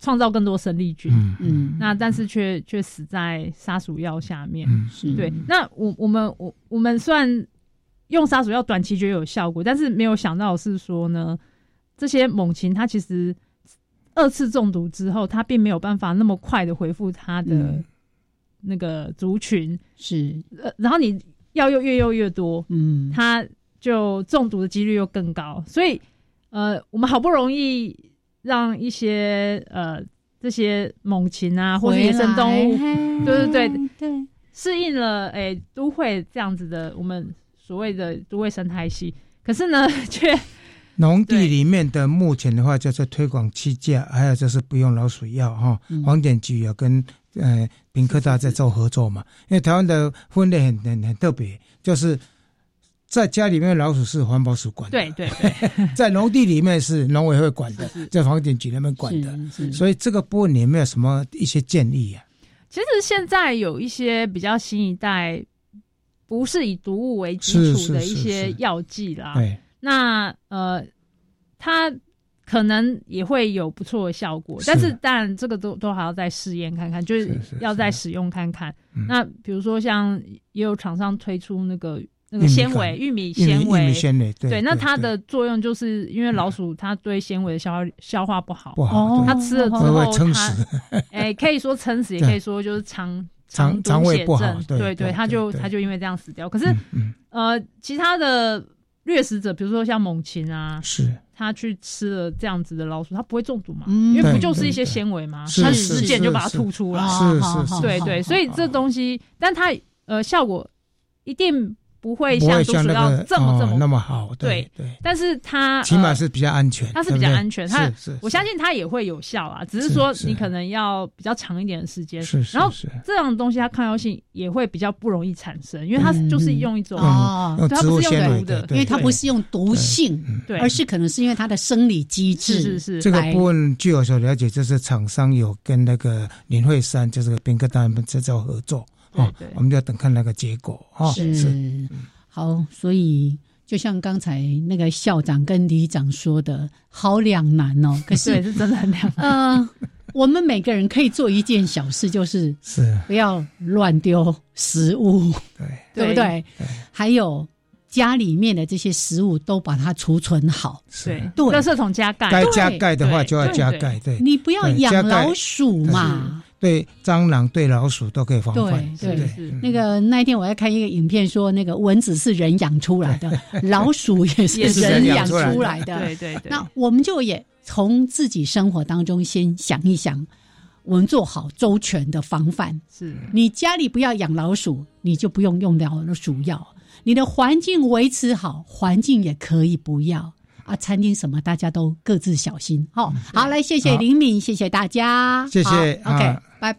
S6: 创造更多生力军，
S3: 嗯嗯
S2: 嗯，
S6: 那但是却却死在杀鼠药下面。
S3: 嗯，
S2: 是
S6: 对，那我我们我我们虽然用杀鼠药短期觉得有效果，但是没有想到的是说呢，这些猛禽它其实二次中毒之后，它并没有办法那么快的恢复它的
S2: 嗯
S6: 那个族群，
S2: 是，
S6: 呃，然后你药又越用越多，
S2: 嗯，
S6: 它就中毒的几率又更高，所以呃，我们好不容易让一些呃这些猛禽啊，或是野生动物
S2: 物
S6: 对对对
S2: 对，
S6: 适应了诶、都会这样子的我们所谓的都会生态系，可是呢， <laughs> 却
S3: 农地
S6: 对
S3: 里面的目前的话，就是推广气价，还有就是不用老鼠药哈
S2: 嗯。
S3: 黄点局有跟呃平科大在做合作嘛，因为台湾的分类很很很特别，就是在家里面老鼠是环保署管的，
S6: 对 <laughs> 对对，
S3: 在农地里面是农委会管的
S6: 是是，
S3: 在黄点局那边管的，
S2: 是，是
S3: 所以这个部分你有没有什么一些建议啊？
S6: 其实现在有一些比较新一代，不是以毒物为基
S3: 是
S6: 础
S3: 是
S6: 的一
S3: 是
S6: 些
S3: 是
S6: 药剂啦，
S3: 哎，
S6: 那呃，它可能也会有不错的效果，
S3: 是
S6: 但是当然这个都都还要再试验看看，就是是
S3: 是
S6: 要再使用看看。
S3: 嗯
S6: 那比如说像也有厂商推出那个那
S3: 玉
S6: 个
S3: 米
S6: 纤
S3: 糠
S6: 维玉米
S3: 玉米
S6: 纤
S3: 玉
S6: 维
S3: 米。纤维，对
S6: 对，那它
S3: 对嗯
S6: 的作用就是因为老鼠它对纤维的消化消化不好，
S3: 不好，
S2: 哦
S6: 它
S3: 对
S6: 吃了之
S3: 会
S6: 后
S3: 会撑
S6: 它
S3: 死，
S6: 哎可以说撑死，
S3: <laughs>
S6: 也
S3: 对
S6: 可以说就是肠
S3: 肠
S6: 毒
S3: 肠胃
S6: 血
S3: 不好对
S6: 症对
S3: 对
S6: 它
S3: 对
S6: 就
S3: 对
S6: 它就因为这样死掉。可是
S3: 嗯嗯，
S6: 呃，其他的掠食者，比如说像猛禽啊，
S3: 嗯是
S6: 它去吃了这样子的老鼠，它不会中毒嘛？
S2: 嗯
S6: 因为不
S3: 对
S6: 就是
S3: 对
S6: 一些
S3: 对
S6: 纤维嘛，
S3: 是
S6: 它
S3: 是
S6: 食
S3: 是
S6: 碱就把它
S3: 是
S6: 吐出来。
S3: 是是是哦
S6: 对对，所以这东西，但它呃效果一定不会
S3: 不
S6: 像
S3: 会
S6: 毒鼠
S3: 像那
S6: 药
S3: 个
S6: 这么这么、
S3: 哦那么好，
S6: 对
S3: 对，
S6: 但是它
S3: 起
S6: 呃
S3: 码是比较安全，
S6: 它是
S3: 对
S6: 比
S3: 不
S6: 较
S3: 对
S6: 安全，它
S3: 是 <laughs> 是
S6: 我相信它也会有效啊，只是
S3: 是
S6: 说
S3: 是
S6: 你可能要比较长一点的时间。
S3: 是是
S6: 然后
S3: 是
S6: 这样的东西它抗药性也会比较不容易产生，因为它
S2: 嗯
S6: 就是用一种
S2: 哦
S3: 嗯
S6: 对呃它不是用毒的，
S2: 因为它不是用毒性，
S6: 对
S2: 而是可能是因为它的生理机制。
S6: 是是
S3: 这个部分，据我所了解，就是厂商有跟那个林慧珊，就是宾客他们这招合作哦
S2: 对对，
S3: 我们就要等看那个结果哦。
S2: 是好，所以就像刚才那个校长跟里长说的，好两难
S6: <laughs>
S2: 哦。可是
S6: 对是真的很
S3: <laughs>
S6: 两
S2: 难。呃，我们每个人可以做一件小事，就是
S3: 是
S2: 不要乱丢食物，
S3: 对
S2: 对不对？还有家里面的这些食物都把它储存好。
S6: 对
S2: 对
S6: 垃圾桶加盖，
S3: 该
S6: 对
S3: 加盖的话
S6: 对
S3: 就要
S6: 对
S3: 加
S6: 对
S3: 盖，对，
S2: 你不要
S3: 对
S2: 养老鼠，
S3: 加盖
S2: 嘛。
S3: 对对蟑螂、对老鼠都可以防范，
S2: 对
S3: 对嗯
S2: 对，那个那一天我在看一个影片，说那个蚊子是人养出来的， <laughs> 老鼠也是
S6: 也是
S2: 人
S6: 人
S2: 养
S6: 养
S2: 出
S6: 出
S2: 来
S6: 来
S2: 的。
S6: 的对对对
S2: 那我们就也从自己生活当中先想一想，我们做好周全的防范。
S6: 是
S2: 你家里不要养老鼠，你就不用用老鼠药。啊你的环境维持好，环境也可以不要啊。餐厅什么大家都各自小心哦。好，来谢谢
S3: 好
S2: 林敏，谢谢大家，
S3: 谢谢
S2: 好 OK，
S3: 啊
S2: 拜拜。